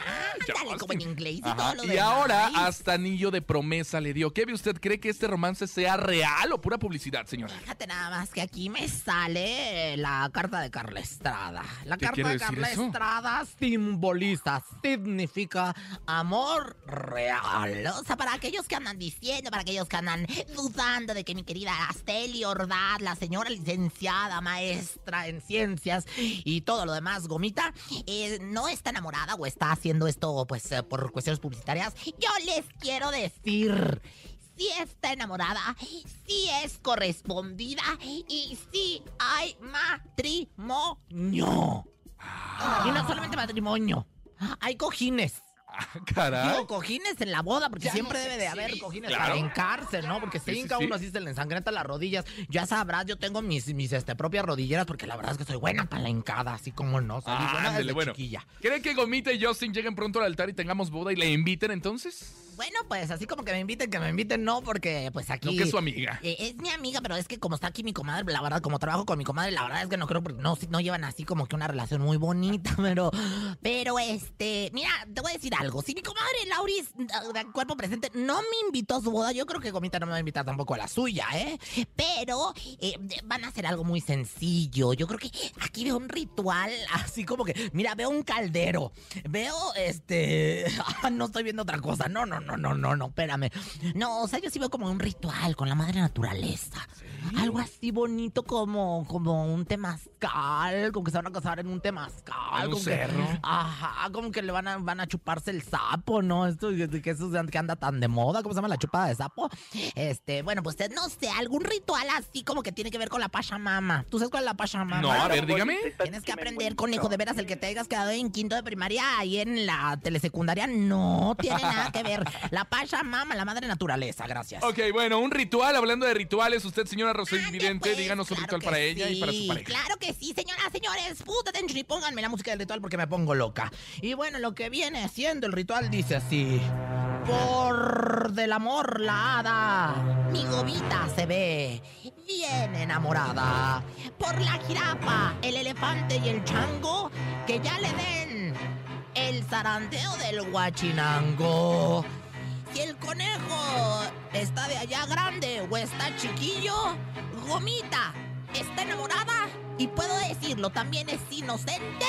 Speaker 3: Ándale, como en inglés y
Speaker 4: Ajá,
Speaker 3: todo lo
Speaker 4: y
Speaker 3: demás. ¿eh?
Speaker 4: ahora hasta anillo de promesa le dio. ¿Qué ve usted? ¿Cree que este romance sea real o pura publicidad, señora?
Speaker 3: Fíjate nada más que aquí me sale la carta de Carla Estrada. La
Speaker 4: ¿Qué
Speaker 3: carta
Speaker 4: quiere
Speaker 3: de
Speaker 4: decir
Speaker 3: Carla
Speaker 4: eso?
Speaker 3: Estrada simboliza, significa amor real. O sea, para aquellos que andan diciendo, para aquellos que andan dudando de que mi querida Asteli Ordaz, la señora licenciada, maestra en ciencias y todo lo demás, gomita, eh, no está enamorada o está haciendo esto pues eh, por cuestiones publicitarias, yo les quiero decir sí está enamorada, sí es correspondida y sí hay matrimonio. Y no solamente matrimonio, hay cojines.
Speaker 4: Ah, caray.
Speaker 3: Digo, cojines en la boda, porque siempre debe de haber cojines
Speaker 4: Claro.
Speaker 3: para encárcel, ¿no? Porque se
Speaker 4: Sí, sí,
Speaker 3: hinca
Speaker 4: sí.
Speaker 3: uno así se le ensangrenta las rodillas. Ya sabrás, yo tengo mis, mis este, propias rodilleras, porque la verdad es que soy buena para la hincada, así como no, soy
Speaker 4: Ah,
Speaker 3: buena
Speaker 4: ándele,
Speaker 3: desde
Speaker 4: bueno.
Speaker 3: chiquilla.
Speaker 4: ¿Cree que Gomita y Justin lleguen pronto al altar y tengamos boda y le inviten entonces?
Speaker 3: Bueno, pues así como que me inviten, que me inviten, no, porque pues aquí.
Speaker 4: No que es su amiga.
Speaker 3: Eh, es mi amiga, pero es que como está aquí mi comadre, la verdad, como trabajo con mi comadre, la verdad es que no creo, porque no, no llevan así como que una relación muy bonita, pero. Pero este. Mira, te voy a decir algo. Si mi comadre Lauris, eh, de cuerpo presente, no me invitó a su boda, yo creo que Gomita no me va a invitar tampoco a la suya, ¿eh? Pero eh, van a hacer algo muy sencillo. Yo creo que aquí veo un ritual, así como que. Mira, veo un caldero. Veo este. ah, no estoy viendo otra cosa. No, no, no, no, no, no, espérame. No, o sea, yo sí veo como un ritual con la madre naturaleza. Algo así bonito como, como un temazcal, como que se van a casar en un temazcal.
Speaker 4: En un
Speaker 3: como que-
Speaker 4: cerro.
Speaker 3: ajá, como que le van a, van a chuparse el sapo, ¿no? Esto de- de que eso de- que anda tan de moda, ¿cómo se llama la chupada de sapo? Este, bueno, pues no sé, algún ritual así como que tiene que ver con la Pachamama. ¿Tú sabes cuál es la Pachamama?
Speaker 4: No, a ver, dígame.
Speaker 3: Tienes que aprender, conejo, de veras, el que te hayas quedado en quinto de primaria ahí en la telesecundaria no tiene nada que ver. La Pachamama, la madre naturaleza, gracias.
Speaker 4: Ok, bueno, un ritual, hablando de rituales, usted, señora Rosy
Speaker 3: Ande,
Speaker 4: Vidente,
Speaker 3: pues,
Speaker 4: díganos un
Speaker 3: claro
Speaker 4: ritual
Speaker 3: que
Speaker 4: para ella y
Speaker 3: sí,
Speaker 4: para su pareja.
Speaker 3: Claro que sí, señoras, señores, puta atención y pónganme la música del ritual porque me pongo loca. Y bueno, lo que viene siendo el ritual dice así. Por del amor la hada, mi gobita se ve bien enamorada. Por la jirafa, el elefante y el chango, que ya le den el zarandeo del guachinango. Si el conejo está de allá grande o está chiquillo, Gomita está enamorada y puedo decirlo, también es inocente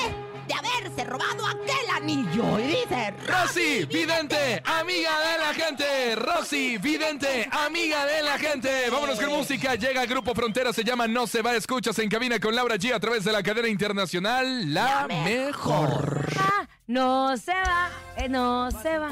Speaker 3: de haberse robado aquel anillo. Y dice,
Speaker 4: Rosy Vidente, amiga de la gente. Rosy Vidente, amiga de la gente. Vámonos con música. Llega Grupo Frontera, se llama No se va, escuchas en cabina con Laura G a través de la cadena internacional La Mejor.
Speaker 10: No se va, eh, no se va.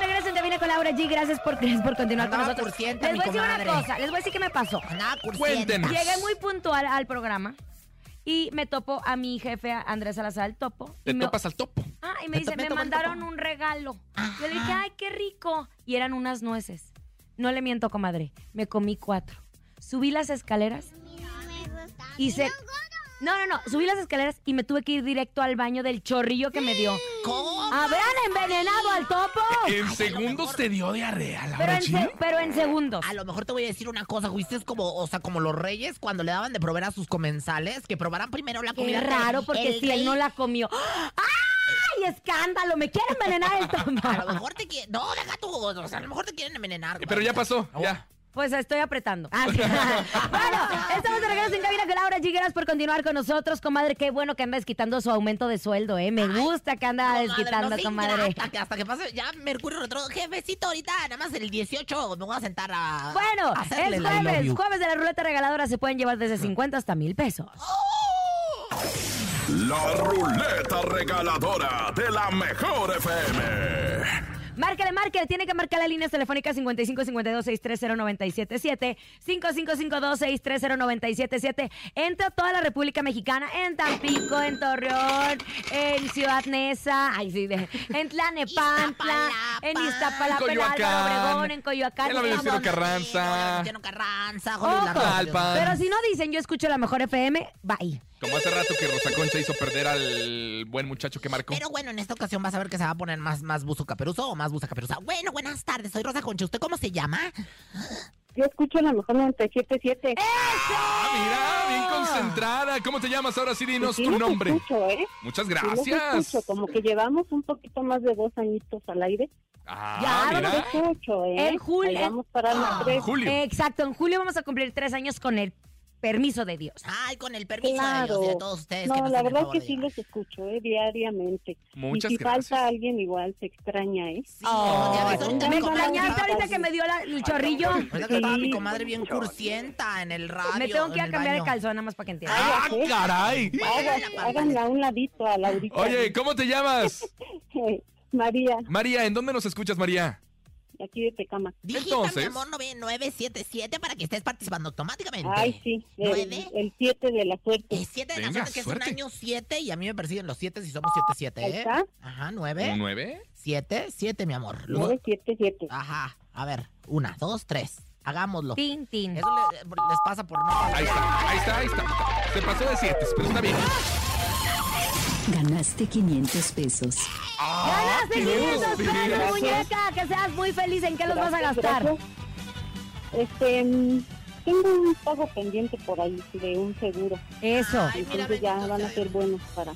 Speaker 10: regreso en Cabina con Laura G. Gracias por, gracias por continuar con
Speaker 3: Andaba
Speaker 10: nosotros.
Speaker 3: cursienta,
Speaker 10: les voy a decir
Speaker 3: mi
Speaker 10: una
Speaker 3: comadre.
Speaker 10: cosa, les voy a decir qué me pasó.
Speaker 3: nada,
Speaker 4: Cuéntenos.
Speaker 10: Llegué muy puntual al programa y me topo a mi jefe a Andrés Salazar, el topo. y
Speaker 4: Te
Speaker 10: me-
Speaker 4: topas al topo.
Speaker 10: Ah, y me dice,
Speaker 3: topé,
Speaker 10: me
Speaker 3: topé,
Speaker 10: mandaron un regalo. Yo le dije, ay, qué rico. Y eran unas nueces. No le miento, comadre. Me comí cuatro. Subí las escaleras y se... No, no, no. Subí las escaleras y me tuve que ir directo al baño del chorrillo que me dio.
Speaker 3: ¿Cómo?
Speaker 10: ¡Habrán envenenado al topo!
Speaker 4: En segundos te dio diarrea,
Speaker 10: Pero
Speaker 4: Laura
Speaker 10: en, se-
Speaker 4: G.
Speaker 10: pero en segundos.
Speaker 3: A lo mejor te voy a decir una cosa, fuiste es como, o sea, como los reyes cuando le daban de probar a sus comensales, que probaran primero la comida.
Speaker 10: Qué
Speaker 3: pero
Speaker 10: raro, porque
Speaker 3: el
Speaker 10: si él
Speaker 3: rey-
Speaker 10: no la comió. ¡Ay, escándalo! ¡Me quieren envenenar el
Speaker 3: A lo
Speaker 10: topo!
Speaker 3: mejor te quieren... No, deja tú, o sea, a lo mejor te quieren envenenar.
Speaker 4: Eh, Pero ya
Speaker 3: Gomita.
Speaker 4: pasó, ya.
Speaker 10: Pues estoy apretando. Ah, sí. bueno, estamos de regreso en cabina con Laura G. Gracias por continuar con nosotros, comadre. Qué bueno que anda desquitando su aumento de sueldo, ¿eh? Me gusta que anda
Speaker 3: Comadre,
Speaker 10: desquitando,
Speaker 3: no se
Speaker 10: comadre.
Speaker 3: ingrata, que hasta que pase ya Mercurio retro. Jefecito, ahorita nada más el 18 me voy a sentar a.
Speaker 10: Bueno,
Speaker 3: a hacerle
Speaker 10: es
Speaker 3: la I love
Speaker 10: jueves.
Speaker 3: you.
Speaker 10: Jueves de la ruleta regaladora se pueden llevar desde 50 hasta mil pesos.
Speaker 5: La ruleta regaladora de la mejor FM.
Speaker 10: Márquele, márquele. Tiene que marcar las líneas telefónicas 5552-630977, 5552-630977. Entra toda la República Mexicana, en Tampico, en Torreón, en Ciudad Neza, ay, sí, de- en Tlanepantla,
Speaker 3: Iztapalapa.
Speaker 10: en Iztapalapa, en Álvaro
Speaker 4: Coyoacán,
Speaker 10: Obregón, en Coyoacán.
Speaker 4: en la
Speaker 10: en
Speaker 4: Venustiano
Speaker 10: Tamaulipas.
Speaker 4: Carranza.
Speaker 3: Venustiano Carranza,
Speaker 10: Ojo.
Speaker 3: Jorge Larrosa.
Speaker 4: Tlalpan.
Speaker 10: Pero si no dicen, yo escucho la mejor FM, bye.
Speaker 4: Como hace rato que Rosa Concha hizo perder al buen muchacho que marcó.
Speaker 3: Pero bueno, en esta ocasión vas a ver que se va a poner más, más buzo caperuso o más buza caperuza. Bueno, buenas tardes, soy Rosa Concha. ¿Usted cómo se llama?
Speaker 7: Yo escucho a la mejor 97.7.
Speaker 4: Ah, mira, bien concentrada. ¿Cómo te llamas? Ahora sí, dinos
Speaker 7: Sí
Speaker 4: tu
Speaker 7: los
Speaker 4: nombre.
Speaker 7: escucho, ¿eh?
Speaker 4: Muchas
Speaker 7: Sí los
Speaker 4: gracias.
Speaker 7: escucho, como que llevamos un poquito más de dos añitos al aire.
Speaker 4: Ah,
Speaker 10: Ya,
Speaker 4: mira.
Speaker 7: Los escucho, ¿eh?
Speaker 10: En julio-
Speaker 7: Ahí Vamos para la tres.
Speaker 4: Julio.
Speaker 10: Exacto, en julio vamos a cumplir tres años con el permiso de Dios.
Speaker 3: Ay, con el permiso de
Speaker 7: Claro.
Speaker 3: Dios y de todos ustedes. que
Speaker 7: No,
Speaker 3: nos
Speaker 7: la
Speaker 3: hacen el
Speaker 7: verdad
Speaker 3: favor
Speaker 7: que
Speaker 3: de
Speaker 7: sí
Speaker 3: llamar.
Speaker 7: los escucho, ¿eh? Diariamente.
Speaker 4: Muchas
Speaker 7: y si
Speaker 4: gracias.
Speaker 7: falta alguien, igual se extraña, ¿eh?
Speaker 3: Sí, no, ya ves, ahorita
Speaker 10: me
Speaker 3: mi comadre-
Speaker 10: extrañaste ahorita que me dio la- el chorrillo.
Speaker 3: Ahorita que estaba mi
Speaker 7: Sí.
Speaker 3: comadre bien cursienta en el radio.
Speaker 10: Me tengo que ir
Speaker 3: en
Speaker 10: a
Speaker 3: el
Speaker 10: cambiar de
Speaker 3: baño.
Speaker 10: calzón, nada más para que entiendan.
Speaker 4: ¡Ah,
Speaker 7: Ay, ya sé.
Speaker 4: caray!
Speaker 7: Háganla, háganla a un ladito a Laurita.
Speaker 4: Oye, ¿cómo te llamas?
Speaker 7: María,
Speaker 4: María, ¿en dónde nos escuchas, María?
Speaker 7: de aquí de Tecama.
Speaker 3: Digita, mi amor, 9977 para que estés participando automáticamente.
Speaker 7: Ay, sí, el,
Speaker 3: ¿Nueve?
Speaker 7: el 7 de la suerte. El
Speaker 3: 7 de la suerte, que es un año 7 y a mí me persiguen los 7 si somos 7-7, ¿eh?
Speaker 7: está.
Speaker 3: Ajá, 9.
Speaker 4: ¿Nueve?
Speaker 3: 7, 7, mi amor.
Speaker 7: 9, 7, 7.
Speaker 3: Ajá, a ver, 1, 2, 3. Hagámoslo.
Speaker 10: Tin, tin.
Speaker 3: Eso le- les pasa por no.
Speaker 4: Ahí está, ahí está, ahí está. Se pasó de 7, pero está bien.
Speaker 11: Ganaste 500 pesos.
Speaker 10: ¡Ganaste
Speaker 4: qué
Speaker 10: 500
Speaker 4: bien.
Speaker 10: pesos,
Speaker 4: Gracias.
Speaker 10: muñeca! ¡Que seas muy feliz! ¿En qué los vas a
Speaker 7: Gracias,
Speaker 10: gastar?
Speaker 7: gracias. Este, mm, tengo un pago pendiente por ahí de un seguro.
Speaker 10: Eso.
Speaker 7: Entonces ya van a ser buenos para,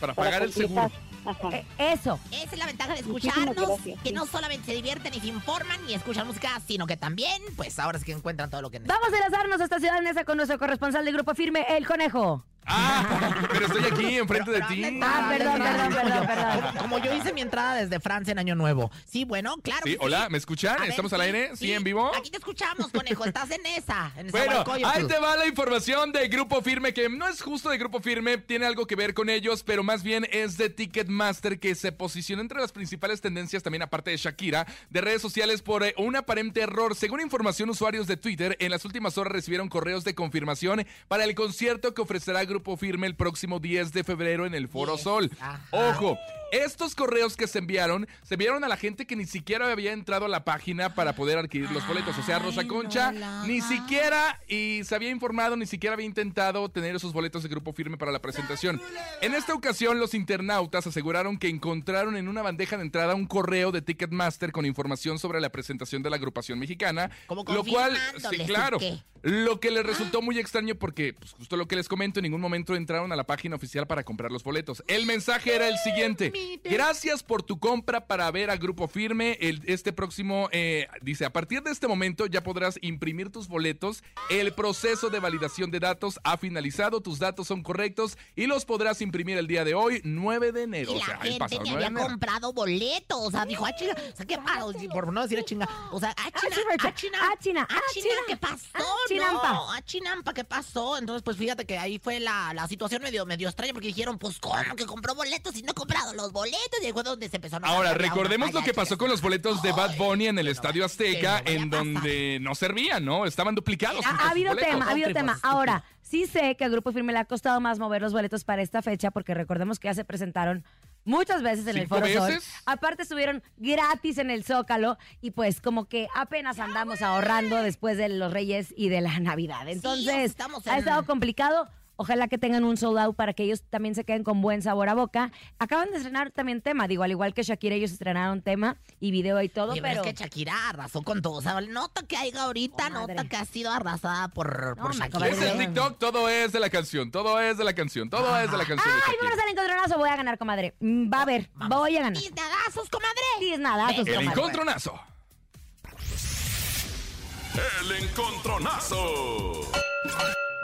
Speaker 4: Para pagar el seguro.
Speaker 7: completar. Ajá.
Speaker 10: Eh, Eso.
Speaker 3: Esa es la ventaja de
Speaker 7: Muchísimas
Speaker 3: escucharnos,
Speaker 7: gracias,
Speaker 3: que
Speaker 7: sí.
Speaker 3: no solamente se divierten y se informan y escuchan música, sino que también, pues ahora sí que encuentran todo lo que necesitan.
Speaker 10: Vamos a enlazarnos a esta ciudad Nesa con nuestro corresponsal de Grupo Firme, El Conejo.
Speaker 4: Ah, pero estoy aquí enfrente de ti.
Speaker 10: Ah, perdón, perdón, perdón, perdón.
Speaker 3: Como, como yo hice mi entrada desde Francia en Año Nuevo. Sí, bueno, claro.
Speaker 4: Sí,
Speaker 3: que
Speaker 4: hola, ¿me escuchan?
Speaker 3: A ver,
Speaker 4: ¿Estamos al
Speaker 3: sí,
Speaker 4: aire? ¿Sí,
Speaker 3: sí.
Speaker 4: en vivo?
Speaker 3: Aquí te escuchamos, conejo. Estás en esa. En
Speaker 4: Bueno,
Speaker 3: Zahualcóyotl.
Speaker 4: ahí te va la información de Grupo Firme, que no es justo de Grupo Firme, tiene algo que ver con ellos, pero más bien es de Ticketmaster, que se posiciona entre las principales tendencias, también aparte de Shakira, de redes sociales por eh, un aparente error. Según información, usuarios de Twitter en las últimas horas recibieron correos de confirmación para el concierto que ofrecerá Grupo Firme el próximo 10 de febrero en el Foro Sol.
Speaker 3: Ajá.
Speaker 4: Ojo, estos correos que se enviaron, se enviaron a la gente que ni siquiera había entrado a la página para poder adquirir los boletos. O sea, Rosa Concha ni siquiera y se había informado, ni siquiera había intentado tener esos boletos de grupo firme para la presentación. En esta ocasión, los internautas aseguraron que encontraron en una bandeja de entrada un correo de Ticketmaster con información sobre la presentación de la agrupación mexicana.
Speaker 3: Como
Speaker 4: lo cual, sí,
Speaker 3: confirmándoles,
Speaker 4: claro.
Speaker 3: ¿o qué?
Speaker 4: Lo que les resultó muy extraño porque, pues, justo lo que les comento, en ningún momento entraron a la página oficial para comprar los boletos. El mensaje era el siguiente. Gracias por tu compra para ver a Grupo Firme. El- este próximo, eh, dice, a partir de este momento ya podrás imprimir tus boletos. El proceso de validación de datos ha finalizado. Tus datos son correctos y los podrás imprimir el día de hoy, 9 de enero.
Speaker 3: Y
Speaker 4: o
Speaker 3: la
Speaker 4: sea, el
Speaker 3: gente
Speaker 4: pasado
Speaker 3: ni
Speaker 4: 9 de
Speaker 3: había
Speaker 4: enero.
Speaker 3: comprado boletos. O sea, dijo, ah, chinga. O sea, qué malo. sí, Por no decir a chinga. O sea, ah, china,
Speaker 10: china,
Speaker 3: ah, china.
Speaker 10: ah, china,
Speaker 3: Ah,
Speaker 10: ah,
Speaker 3: china,
Speaker 10: china.
Speaker 3: ¿qué pasó?
Speaker 10: Ah, chinampa.
Speaker 3: No, ah, chinampa, ¿qué pasó? Entonces, pues fíjate que ahí fue la, la situación medio, medio extraña porque dijeron, pues, ¿cómo que compró boletos y no he comprado los boletos? Y ahí fue donde se
Speaker 10: Pues
Speaker 3: empezó a notar
Speaker 4: Ahora,
Speaker 3: que había una
Speaker 4: recordemos lo
Speaker 3: falla,
Speaker 4: que pasó con los boletos de Bad Bunny en el Estadio Azteca,
Speaker 3: que no vaya
Speaker 4: en
Speaker 3: a pasar.
Speaker 4: donde no servían, ¿no? Estaban duplicados.
Speaker 10: Ha-
Speaker 4: junto a
Speaker 10: Ha
Speaker 4: sus
Speaker 10: habido
Speaker 4: boletos.
Speaker 10: tema, ha habido
Speaker 3: Son
Speaker 10: tema.
Speaker 3: tripos.
Speaker 10: Ahora, sí sé que al Grupo Firme le ha costado más mover los boletos para esta fecha, porque recordemos que ya se presentaron muchas veces en el
Speaker 4: ¿Cinco
Speaker 10: Foro Sol.
Speaker 4: veces?
Speaker 10: Aparte estuvieron gratis en el Zócalo y pues como que apenas andamos ahorrando después de los Reyes y de la Navidad. Entonces,
Speaker 3: estamos
Speaker 10: ha
Speaker 3: en-
Speaker 10: estado complicado. Ojalá que tengan un sold out para que ellos también se queden con buen sabor a boca. Acaban de estrenar también tema, digo, al igual que Shakira, ellos estrenaron tema y video y todo,
Speaker 3: Oye, pero
Speaker 10: pero...
Speaker 3: es que Shakira arrasó con todo. O sea, nota que hay ahorita,
Speaker 10: Comadre.
Speaker 3: nota que ha sido arrasada por, por
Speaker 10: me
Speaker 3: Shakira.
Speaker 10: acabas
Speaker 4: Es el TikTok, todo es de la canción, todo es de la canción, todo es de este la canción. de
Speaker 10: ¡Ay, vamos
Speaker 4: Shakira.
Speaker 10: al encontronazo! Voy a ganar, comadre. Mm, Va a ver, voy a ganar.
Speaker 3: ¡Tiznadazos, comadre!
Speaker 10: Tiznadazos,
Speaker 4: el
Speaker 10: comadre.
Speaker 4: encontronazo.
Speaker 5: El encontronazo.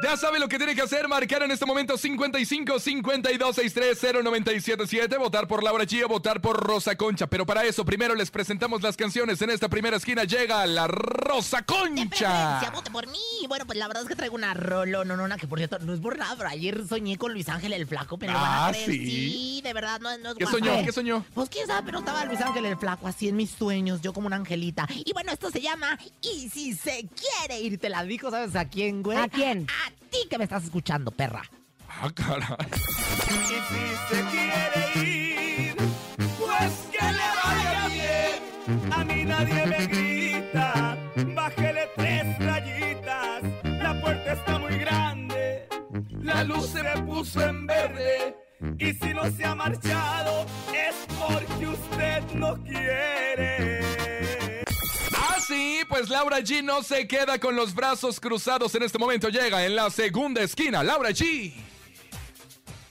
Speaker 4: Ya sabe lo que tiene que hacer, marcar en este momento 55 52 63 0977, votar por Laura G o votar por Rosa Concha. Pero para eso, primero les presentamos las canciones. En esta primera esquina llega la Rosa
Speaker 3: De preferencia,
Speaker 4: Concha.
Speaker 3: vote por mí. Y Bueno, pues la verdad es que traigo una rolo, no, no, una que por cierto no es borrada, pero ayer soñé con Luis Ángel el Flaco, pero lo van a
Speaker 4: Ah,
Speaker 3: creer,
Speaker 4: ¿sí?
Speaker 3: de verdad, no, no es
Speaker 4: ¿Qué
Speaker 3: guasa.
Speaker 4: soñó? ¿Qué soñó?
Speaker 3: Pues quién sabe, pero estaba Luis Ángel el Flaco así en mis sueños, yo como una angelita. Y bueno, esto se llama Y si se quiere ir, te la digo, ¿sabes a quién,
Speaker 4: ¿eh?
Speaker 3: güey?
Speaker 10: ¿A quién?
Speaker 3: A ti que me estás escuchando, perra.
Speaker 4: Ah, caray.
Speaker 12: pues A mí nadie me grita, bájele tres rayitas, la puerta está muy grande, la luz se me puso en verde, y si no se ha marchado es porque usted no quiere.
Speaker 4: Ah, sí, pues Laura G no se queda con los brazos cruzados en este momento. Llega en la segunda esquina, Laura G.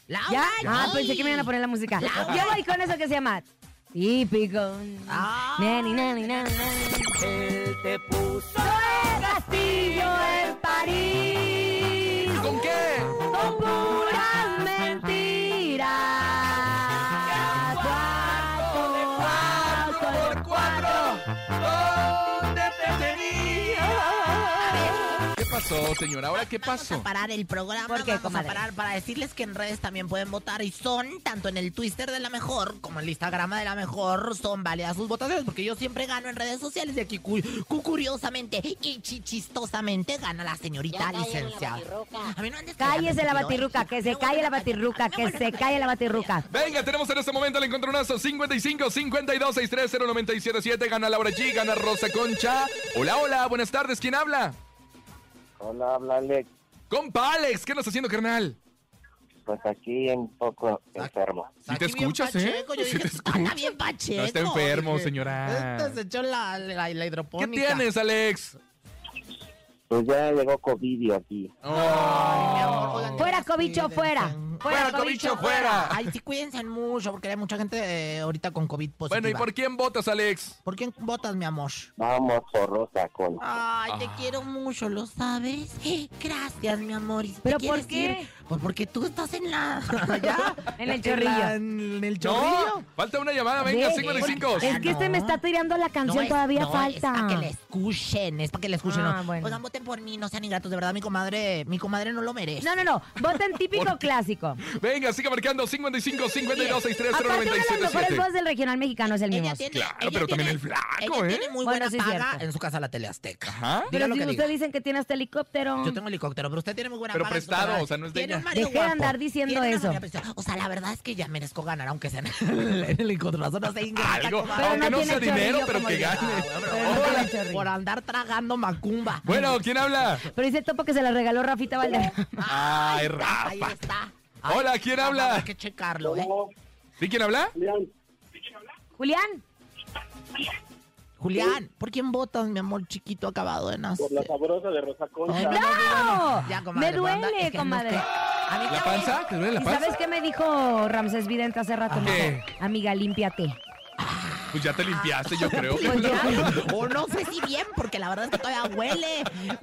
Speaker 3: Laura,
Speaker 10: ¿Ya?
Speaker 3: G.
Speaker 10: Ah, pensé que me iban a poner la música. Yo voy con eso que se llama Típico.
Speaker 3: Ah.
Speaker 10: Nani, nani, nani, nani.
Speaker 12: Él te puso
Speaker 10: Soy Castillo en París
Speaker 4: ¿Con qué?
Speaker 10: con puras mentiras. Cuatro, cuatro, cuatro.
Speaker 12: donde te tenía.
Speaker 4: ¿Qué pasó? pasó, señora? ¿Ahora qué pasó?
Speaker 3: a parar el programa.
Speaker 10: ¿Por qué,
Speaker 3: vamos
Speaker 10: comadre?
Speaker 3: a parar para decirles que en redes también pueden votar y son, tanto en el Twitter de la mejor como en el Instagram de la mejor, son válidas sus votaciones porque yo siempre gano en redes sociales y aquí cu- cu- curiosamente y chi- chistosamente gana la señorita licenciada. A mí no andes
Speaker 10: Cállese la
Speaker 3: cagando, tío, ¿eh?
Speaker 10: batirruca, que se calle la
Speaker 3: ah,
Speaker 10: batirruca, que se calle la batirruca.
Speaker 4: Venga, tenemos en este momento el encontronazo 55 52 630 977. Gana Laura G, gana Rosa Concha. Hola, hola, buenas tardes. ¿Quién habla?
Speaker 8: Hola, habla Alex.
Speaker 4: Compa Alex, ¿qué nos estás haciendo, carnal?
Speaker 8: Pues aquí un poco enfermo.
Speaker 4: Si te
Speaker 3: Aquí bien
Speaker 4: escuchas, ¿eh?
Speaker 3: pacheco, yo
Speaker 4: Si
Speaker 3: dije, Anda
Speaker 4: te escuchas.
Speaker 3: bien pacheco.
Speaker 4: No está enfermo,
Speaker 3: Dije,
Speaker 4: señora.
Speaker 6: Este se echó la, la- la
Speaker 4: ¿Qué
Speaker 6: hidropónica.
Speaker 4: tienes, Alex?
Speaker 8: Pues ya llegó COVID aquí.
Speaker 10: Fuera, cobicho, fuera.
Speaker 4: Fuera, cobicho, fuera.
Speaker 6: Ay, sí, cuídense mucho porque hay mucha gente eh, ahorita con COVID positiva.
Speaker 4: Bueno, ¿y por quién votas, Alex?
Speaker 6: ¿Por quién votas, mi amor?
Speaker 8: Vamos por Rosa Concha.
Speaker 3: Ay,
Speaker 4: Ah.
Speaker 3: te quiero mucho, ¿lo sabes? Eh, Gracias, mi amor. ¿Y si te
Speaker 10: ¿Pero por
Speaker 3: quieres
Speaker 10: qué?
Speaker 3: ir? Pues porque tú estás en la... allá,
Speaker 6: ¿En,
Speaker 10: En el
Speaker 6: la-
Speaker 10: chorrillo.
Speaker 6: en el chorrillo?
Speaker 4: No, falta una llamada, Ah, venga,
Speaker 10: Ve,
Speaker 4: 55.
Speaker 10: Es que este me está tirando la canción,
Speaker 3: es-
Speaker 10: todavía
Speaker 3: no, Es
Speaker 10: falta.
Speaker 3: para que le escuchen, es para que le escuchen.
Speaker 10: Ah,
Speaker 3: no.
Speaker 10: bueno.
Speaker 3: Oigan, voten por mí, no sean ingratos. De verdad, mi comadre, mi comadre no lo merece.
Speaker 10: No, no, no. Voten típico clásico.
Speaker 4: Venga, sigue marcando 55 52 630
Speaker 10: Aparte, una de las mejores
Speaker 4: 977.
Speaker 10: voces del regional mexicano es el mismo.
Speaker 3: Ella tiene,
Speaker 4: Claro,
Speaker 3: ella
Speaker 4: pero también
Speaker 3: tiene-
Speaker 4: el flaco,
Speaker 3: ella
Speaker 4: ¿eh?
Speaker 3: tiene muy
Speaker 10: Bueno,
Speaker 3: buena
Speaker 10: sí es
Speaker 3: paga
Speaker 10: cierto.
Speaker 3: en su casa la Teleazteca.
Speaker 4: Ajá.
Speaker 3: Diga
Speaker 10: Pero
Speaker 3: lo
Speaker 10: si
Speaker 3: que
Speaker 10: ustedes
Speaker 3: diga.
Speaker 10: dicen que tiene hasta helicóptero.
Speaker 3: Yo tengo helicóptero, pero usted tiene muy buena
Speaker 4: Pero
Speaker 3: paga en su
Speaker 4: prestado,
Speaker 3: casa.
Speaker 4: o sea, no es de
Speaker 3: Tiene
Speaker 4: ella.
Speaker 3: un marido
Speaker 10: Deje de
Speaker 3: guapo,
Speaker 10: andar diciendo
Speaker 3: tiene una
Speaker 10: eso.
Speaker 3: familia preciosa. O sea, la verdad es que ya merezco ganar, aunque sea en el, en el encontronazo, no sé ingrata,
Speaker 4: Algo,
Speaker 3: comadre.
Speaker 4: aunque
Speaker 10: no
Speaker 4: no
Speaker 10: tiene
Speaker 4: sea dinero,
Speaker 10: chorrillo,
Speaker 4: pero
Speaker 10: como
Speaker 4: que
Speaker 10: dice.
Speaker 3: Ah,
Speaker 4: gane.
Speaker 10: Pero no tiene chorrillo.
Speaker 6: Por andar tragando macumba.
Speaker 4: Bueno, ¿quién habla?
Speaker 10: Pero dice Topo que se la regaló Rafita Valderrama.
Speaker 4: Ay,
Speaker 3: Ahí
Speaker 4: Rafa.
Speaker 3: está.
Speaker 4: Hola, ¿quién
Speaker 3: Rafa,
Speaker 4: habla?
Speaker 3: Hay que checarlo, ¿eh?
Speaker 4: ¿Sí quién habla?
Speaker 10: Julián,
Speaker 3: Julián, ¿por quién votas, mi amor chiquito acabado de nacer?
Speaker 8: sabrosa de Rosa
Speaker 3: Ay, no,
Speaker 10: ¡no!
Speaker 3: Ya, comadre,
Speaker 10: me
Speaker 3: pero anda-
Speaker 10: duele,
Speaker 3: es que no
Speaker 10: comadre.
Speaker 3: está- A mí
Speaker 4: ¿La
Speaker 3: te
Speaker 4: panza? ¿Te duele la
Speaker 10: ¿Y
Speaker 4: panza?
Speaker 10: sabes qué me dijo Ramsés Vidente hace rato? Me
Speaker 4: ¿Qué?
Speaker 10: dijo, Amiga, límpiate.
Speaker 4: Pues ya te limpiaste, yo creo.
Speaker 10: Pues ya.
Speaker 3: O no sé si bien, porque la verdad es que todavía huele,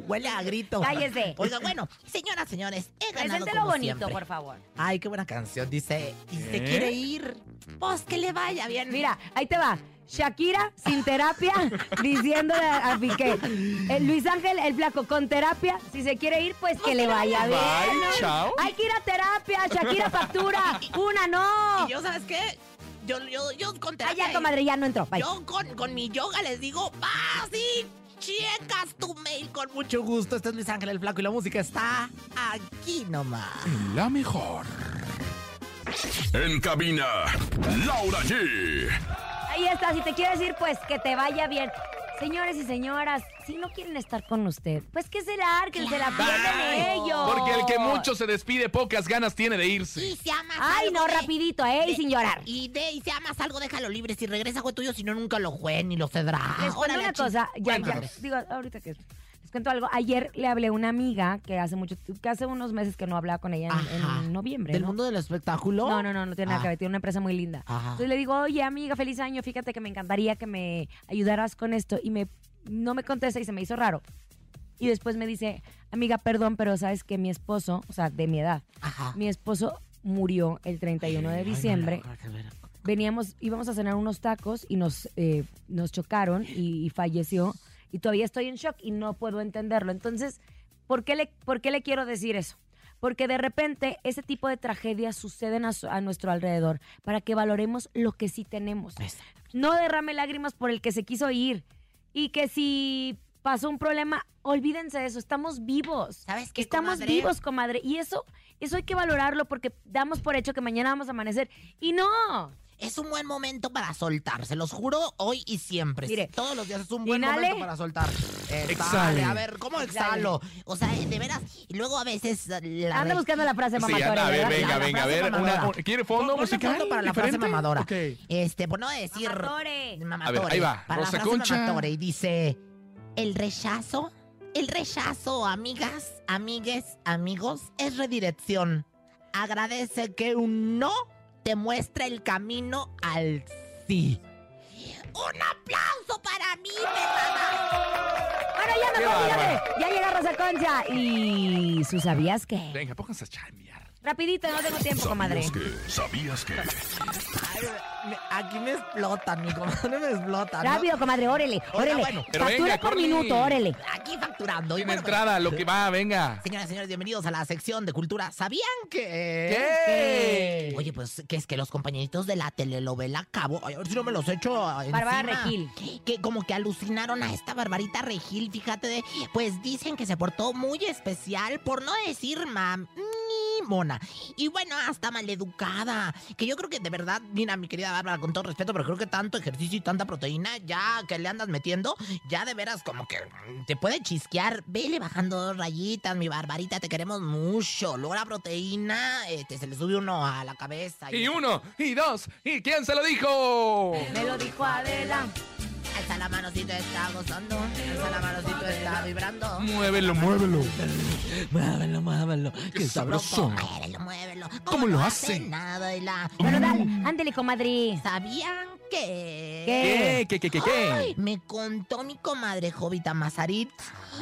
Speaker 3: huele a grito.
Speaker 10: Cállese.
Speaker 3: Oiga, bueno, señoras, señores, he ganado
Speaker 10: Preséntelo
Speaker 3: como
Speaker 10: bonito,
Speaker 3: siempre.
Speaker 10: por favor.
Speaker 3: Ay, qué buena canción, dice. Y
Speaker 4: ¿Qué?
Speaker 3: se quiere ir. Pues que le vaya bien.
Speaker 10: Mira, ahí te va. Shakira sin terapia, diciéndole a a Piqué. El Luis Ángel, el flaco, con terapia. Si se quiere ir, pues que le vaya bien.
Speaker 4: Bye, chao.
Speaker 10: Hay que ir a terapia. Shakira factura. Una no.
Speaker 3: Y yo, ¿sabes qué? Yo, yo, yo con
Speaker 10: Ay,
Speaker 3: terapia-
Speaker 10: ya, comadre, ya no entró. Bye.
Speaker 3: Yo con, con mi yoga les digo, vas y checas tu mail con mucho
Speaker 6: Mucho gusto, este es Luis Ángel el Flaco y la música está...
Speaker 3: aquí nomás.
Speaker 4: La mejor.
Speaker 5: En cabina, Laura G.
Speaker 10: Ahí está, si te quieres ir, pues que te vaya bien. Señores y señoras, si no quieren estar con usted, pues que se larguen, se la pierden
Speaker 4: Bye.
Speaker 10: ellos.
Speaker 4: Porque el que mucho se despide, pocas ganas tiene de irse.
Speaker 3: Y si amas
Speaker 10: Ay,
Speaker 3: algo
Speaker 10: no,
Speaker 3: de-
Speaker 10: rapidito, ¿eh? Y
Speaker 3: de-
Speaker 10: sin llorar.
Speaker 3: Y, de, y si amas algo, déjalo libre. Si regresa, fue tuyo. Si no, nunca lo juegue ni lo cedrá.
Speaker 10: Les cuento
Speaker 3: Órale,
Speaker 10: una
Speaker 3: chi-
Speaker 10: cosa, ya, ya,
Speaker 3: Cuéntanos.
Speaker 10: digo, ahorita que les cuento algo. Ayer le hablé a una amiga que hace mucho, que hace unos meses que no hablaba con ella en- en,
Speaker 3: Ajá. Ah.
Speaker 10: noviembre.
Speaker 6: ¿Del
Speaker 10: ¿no?
Speaker 6: mundo del espectáculo?
Speaker 10: No, no, no, no tiene nada que ver, tiene una empresa muy linda.
Speaker 3: Ajá.
Speaker 10: Entonces le digo, oye amiga, feliz año, fíjate que me encantaría que me ayudaras con esto. Y me no me contesta y se me hizo raro. Y después me dice, amiga, perdón, pero sabes que mi esposo, o sea, de mi edad,
Speaker 3: Ajá.
Speaker 10: mi esposo murió el 31 de
Speaker 3: Ah. Ay, no,
Speaker 10: diciembre.
Speaker 3: no, no, no, no.
Speaker 10: Veníamos, íbamos a cenar unos tacos y nos, eh, nos chocaron y, y falleció. Y todavía estoy en shock y no puedo entenderlo. Entonces, ¿por qué le, por qué le quiero decir eso? Porque de repente ese tipo de tragedias suceden a, su- a nuestro alrededor para que valoremos lo que sí tenemos.
Speaker 3: Exacto.
Speaker 10: No derrame lágrimas por el que se quiso ir. Y que si pasó un problema, olvídense de eso. Estamos vivos.
Speaker 3: ¿Sabes qué,
Speaker 10: Estamos
Speaker 3: comadre?
Speaker 10: vivos, comadre. Y eso, eso hay que valorarlo porque damos por hecho que mañana vamos a amanecer. Y no.
Speaker 3: Es un buen momento para soltar, se los juro, hoy y siempre.
Speaker 10: Mire,
Speaker 3: Todos los días es un buen
Speaker 10: inhale.
Speaker 3: momento para soltar.
Speaker 4: Exhale.
Speaker 3: Exhale. A ver, ¿cómo
Speaker 10: Exhale.
Speaker 3: exhalo? O sea, de veras. Y luego a veces. eh, La
Speaker 10: Anda
Speaker 3: re-
Speaker 10: buscando la frase
Speaker 4: Sí,
Speaker 10: mamadora.
Speaker 4: anda, a ver,
Speaker 10: ¿verdad?
Speaker 4: venga,
Speaker 10: La
Speaker 4: venga, a
Speaker 10: frase
Speaker 4: ver.
Speaker 10: mamadora.
Speaker 4: una- ¿Quiere fondo
Speaker 3: Ponle
Speaker 4: musical?
Speaker 3: fondo para la frase
Speaker 4: ¿Diferente?
Speaker 3: mamadora.
Speaker 4: Ok.
Speaker 3: Este, por no decir.
Speaker 10: Mamadore.
Speaker 3: Mamatore.
Speaker 4: A ver, ahí va,
Speaker 3: Para la
Speaker 4: Rosa
Speaker 3: frase
Speaker 4: Concha.
Speaker 3: mamatore, y dice, el rechazo, el rechazo, amigas, amigues, amigos, es redirección. Agradece que un no te muestra el camino al sí. ¡Un aplauso para mí,
Speaker 4: ¡Ah!
Speaker 3: perra!
Speaker 10: Bueno, ya
Speaker 4: Qué
Speaker 10: mejor,
Speaker 4: bárbaro.
Speaker 10: fíjate. Ya llega Rosa Concha. Y su sabías que.
Speaker 4: Venga, pónganse a chambear.
Speaker 10: Rapidito, no tengo tiempo, comadre.
Speaker 5: ¿Sabías que? ¿Sabías que?
Speaker 3: me- aquí me explotan, mi comadre me explotan. ¿no?
Speaker 13: Rápido, comadre, órele,
Speaker 3: Oiga,
Speaker 13: órele.
Speaker 3: bueno.
Speaker 4: Pero
Speaker 13: Factura
Speaker 4: venga,
Speaker 13: por
Speaker 4: corre.
Speaker 13: minuto, órele.
Speaker 3: Aquí facturando. Y
Speaker 4: Sin
Speaker 3: bueno, pues,
Speaker 4: entrada, lo que va, venga.
Speaker 3: Señoras y señores, bienvenidos a la sección de cultura. ¿Sabían que? eh?
Speaker 4: ¿Qué?
Speaker 3: Oye, pues que es que los compañeritos de la telenovela Cabo, ay, a ver si no me los echo encima.
Speaker 10: Bárbara Regil.
Speaker 3: Que como que alucinaron a esta Barbarita Regil, fíjate de, pues dicen que se portó muy especial, por no decir mam ni mona. Y bueno, hasta maleducada. Que yo creo que de verdad, mira, mi querida Bárbara, con todo respeto, pero creo que tanto ejercicio y tanta proteína, ya que le andas metiendo, ya de veras como que mm, te puede chisquear. Vele bajando dos rayitas, mi Barbarita, te queremos mucho. Luego la proteína, este, se le sube uno a la cabeza.
Speaker 4: Y uno, y dos, y ¿quién se lo dijo?
Speaker 10: Me lo dijo Adela.
Speaker 3: Alza la manocita, está gozando. Alza la manocita, está vibrando.
Speaker 4: Muévelo, muévelo.
Speaker 3: Muévelo, muévelo. Qué
Speaker 4: sabroso.
Speaker 3: Muévelo, muévelo.
Speaker 4: ¿Cómo lo
Speaker 3: hace?
Speaker 4: hacen? Mm.
Speaker 3: Nada y la...
Speaker 10: Bueno, dale, Mm. ándele, comadre.
Speaker 3: ¿Sabían que...?
Speaker 4: ¿Qué? ¿Qué, qué, qué, qué?
Speaker 3: Ay, me contó mi comadre Jovita Mazarit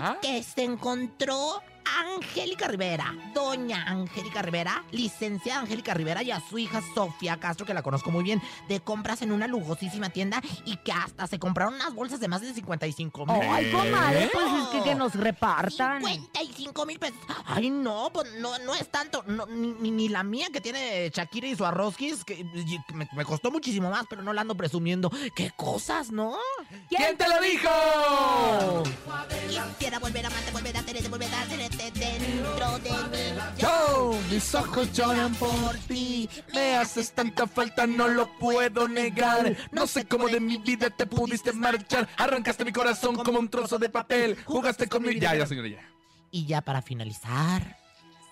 Speaker 4: ¿Ah?
Speaker 3: que se encontró a Angélica Rivera, doña Angélica Rivera, licenciada Angélica Rivera y a su hija Sofía Castro, que la conozco muy bien, de compras en una lujosísima tienda y que hasta se compraron unas bolsas de más de 55 mil.
Speaker 10: Oh,
Speaker 13: Ay, comadre, pues es que, que nos repartan.
Speaker 3: 55 mil pesos. Ay, no, pues no, no es tanto. No, ni, ni- ni la mía que tiene Shakira y su arroskis, que y- que me, me costó muchísimo más, pero no la ando presumiendo. ¡Qué cosas, no!
Speaker 4: ¿Quién te lo dijo?
Speaker 3: Quisiera volver a amarte, volver a tenerte, volver a tenerte dentro de mí.
Speaker 4: Yo, mis ojos lloran por ti. Me haces tanta falta, no lo puedo negar. No sé cómo de mi vida te pudiste marchar. Arrancaste mi corazón como un trozo de papel. Jugaste con mi. Ya, ya, señora, ya.
Speaker 3: Y ya para finalizar,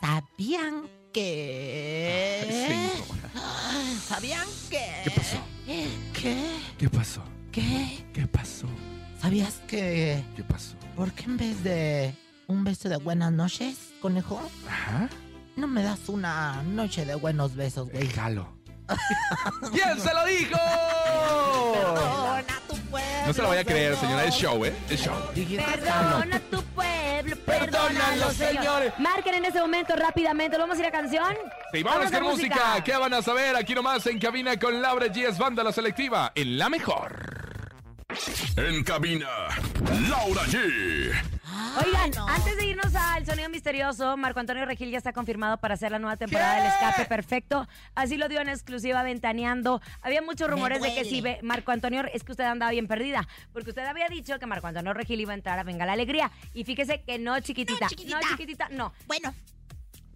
Speaker 3: ¿sabían
Speaker 4: Eh.
Speaker 3: que...?
Speaker 4: Ay, señora.
Speaker 3: Ay, ¿Sabían que...?
Speaker 4: ¿Qué pasó?
Speaker 3: ¿Qué?
Speaker 4: ¿Qué pasó?
Speaker 3: ¿Qué?
Speaker 4: ¿Qué pasó?
Speaker 3: ¿Sabías que...?
Speaker 4: ¿Qué pasó?
Speaker 3: ¿Por qué en vez de un beso de buenas noches, conejo?
Speaker 4: Ajá.
Speaker 3: No me das una noche de buenos besos, güey.
Speaker 4: Galo. ¿Quién se lo dijo?
Speaker 3: Perdona tu pueblo,
Speaker 4: No se lo vaya a creer,
Speaker 3: Señor.
Speaker 4: señora. Es show, ¿eh? Es show.
Speaker 3: Dijiste Galo.
Speaker 10: Perdona tu pueblo,
Speaker 4: Perdónalo,
Speaker 10: perdónalo,
Speaker 4: señores.
Speaker 10: señores. Marquen en ese momento rápidamente. ¿Lo vamos a ir a canción?
Speaker 4: Sí, vámonos
Speaker 10: a
Speaker 4: con música. ¿Qué van a saber? Aquí nomás en cabina con Laura G.S. Banda La Selectiva. En la mejor.
Speaker 5: En cabina, Laura G.
Speaker 10: Oigan, antes de irnos al sonido misterioso, Marco Antonio Regil ya está confirmado para hacer la nueva temporada del Escape Perfecto. Así lo dio en exclusiva Ventaneando. Había muchos rumores de que
Speaker 3: duele.
Speaker 10: si ve- Marco Antonio, es que usted andaba bien perdida, porque usted había dicho que Marco Antonio Regil iba a entrar a Venga la Alegría. Y fíjese que no, chiquitita.
Speaker 14: No,
Speaker 10: No,
Speaker 14: chiquitita.
Speaker 10: chiquitita, no.
Speaker 14: Bueno,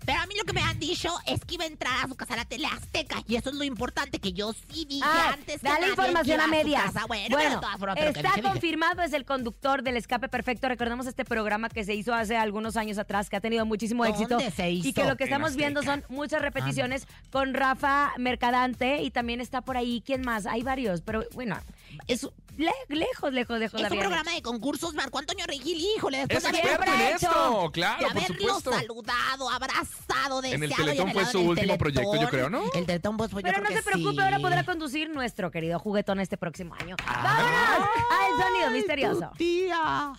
Speaker 14: pero a mí lo que me han dicho es que iba a entrar a su casa la tele azteca. Y eso es lo importante que yo sí dije
Speaker 10: Ah,
Speaker 14: antes. que
Speaker 10: dale
Speaker 14: nadie que
Speaker 10: información
Speaker 14: iba
Speaker 10: a
Speaker 14: su
Speaker 10: medias.
Speaker 14: casa. Bueno, pero de todas formas, pero que
Speaker 10: está
Speaker 14: dije, dije.
Speaker 10: confirmado, es el conductor del Escape Perfecto. Recordemos este programa que se hizo hace algunos años atrás, que ha tenido muchísimo
Speaker 3: ¿Dónde
Speaker 10: éxito.
Speaker 3: se
Speaker 10: Y
Speaker 3: hizo?
Speaker 10: que lo que
Speaker 4: En
Speaker 10: estamos
Speaker 4: Azteca.
Speaker 10: viendo son muchas repeticiones con Rafa Mercadante y también está por ahí, ¿quién más? Hay varios, pero bueno, es le- lejos, lejos, lejos. la
Speaker 14: Es un
Speaker 10: habían
Speaker 14: programa de concursos, Marco Antonio Regil, híjole, después
Speaker 4: Es
Speaker 14: de
Speaker 10: haber
Speaker 4: experto en
Speaker 10: hecho.
Speaker 4: esto.
Speaker 14: de
Speaker 4: Claro, Ah, por
Speaker 14: haberlo
Speaker 4: supuesto.
Speaker 14: saludado, abrazado, deseado.
Speaker 4: En el
Speaker 14: y
Speaker 4: Teletón fue
Speaker 14: anhelado
Speaker 4: su
Speaker 14: en el
Speaker 4: último proyecto, yo
Speaker 14: Teletón.
Speaker 4: creo, ¿no?
Speaker 3: El Teletón, pues, pues, yo
Speaker 10: Pero no
Speaker 3: creo
Speaker 10: se
Speaker 3: que
Speaker 10: preocupe,
Speaker 3: sí.
Speaker 10: ahora podrá conducir nuestro querido juguetón este próximo año.
Speaker 4: Ah.
Speaker 10: ¡Vámonos al sonido misterioso!
Speaker 3: Tía.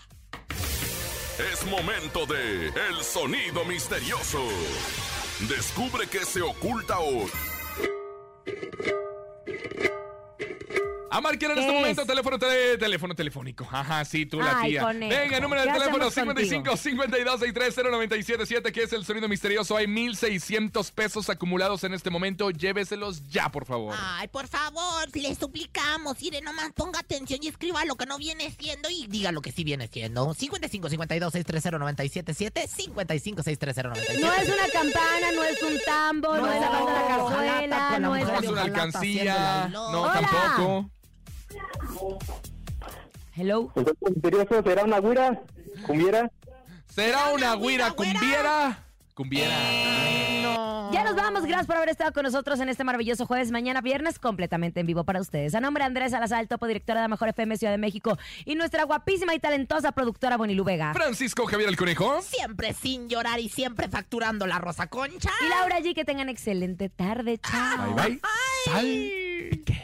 Speaker 5: Es momento de El Sonido Misterioso. Descubre qué se oculta hoy.
Speaker 4: A marcar en este
Speaker 10: Es.
Speaker 4: momento teléfono, tele- teléfono telefónico. Ajá, sí, tú la
Speaker 10: Ay,
Speaker 4: tía.
Speaker 10: conejo,
Speaker 4: Venga, número de
Speaker 10: ¿qué
Speaker 4: teléfono
Speaker 10: hacemos
Speaker 4: 55 52 977 que es el sonido misterioso. Hay 1600 pesos acumulados en este momento. Lléveselos ya, por favor.
Speaker 10: Ah,
Speaker 14: Ay, por favor, le suplicamos, Ire, nomás ponga atención y escriba lo que no viene siendo y
Speaker 3: Diga lo que sí viene siendo. 55 52 630 977 55 630
Speaker 10: No es una campana, no es un tambo, no,
Speaker 3: No,
Speaker 10: es la banda de la
Speaker 3: ojalá,
Speaker 10: cazuela,
Speaker 3: con la
Speaker 10: no es...
Speaker 3: mujer
Speaker 4: No es una
Speaker 3: ojalá está
Speaker 4: alcancía.
Speaker 3: haciéndola.
Speaker 4: No,
Speaker 10: Hola.
Speaker 4: tampoco.
Speaker 10: Hello.
Speaker 7: ¿El dato misterioso será una güira? ¿Cumbiera?
Speaker 4: ¿Será una güira Eh. cumbiera? Cumbiera.
Speaker 10: Ya nos vamos, gracias por haber estado con nosotros en este maravilloso jueves, mañana viernes, completamente en vivo para ustedes. A nombre de Andrés Salazar, topo directora de la Mejor FM Ciudad de México y nuestra guapísima y talentosa productora Bonilu Vega.
Speaker 4: Francisco Javier el Conejo.
Speaker 14: siempre sin llorar y siempre facturando la rosa concha.
Speaker 10: Y Laura G, que tengan excelente tarde, chao.
Speaker 4: Bye, bye. Sal. pique.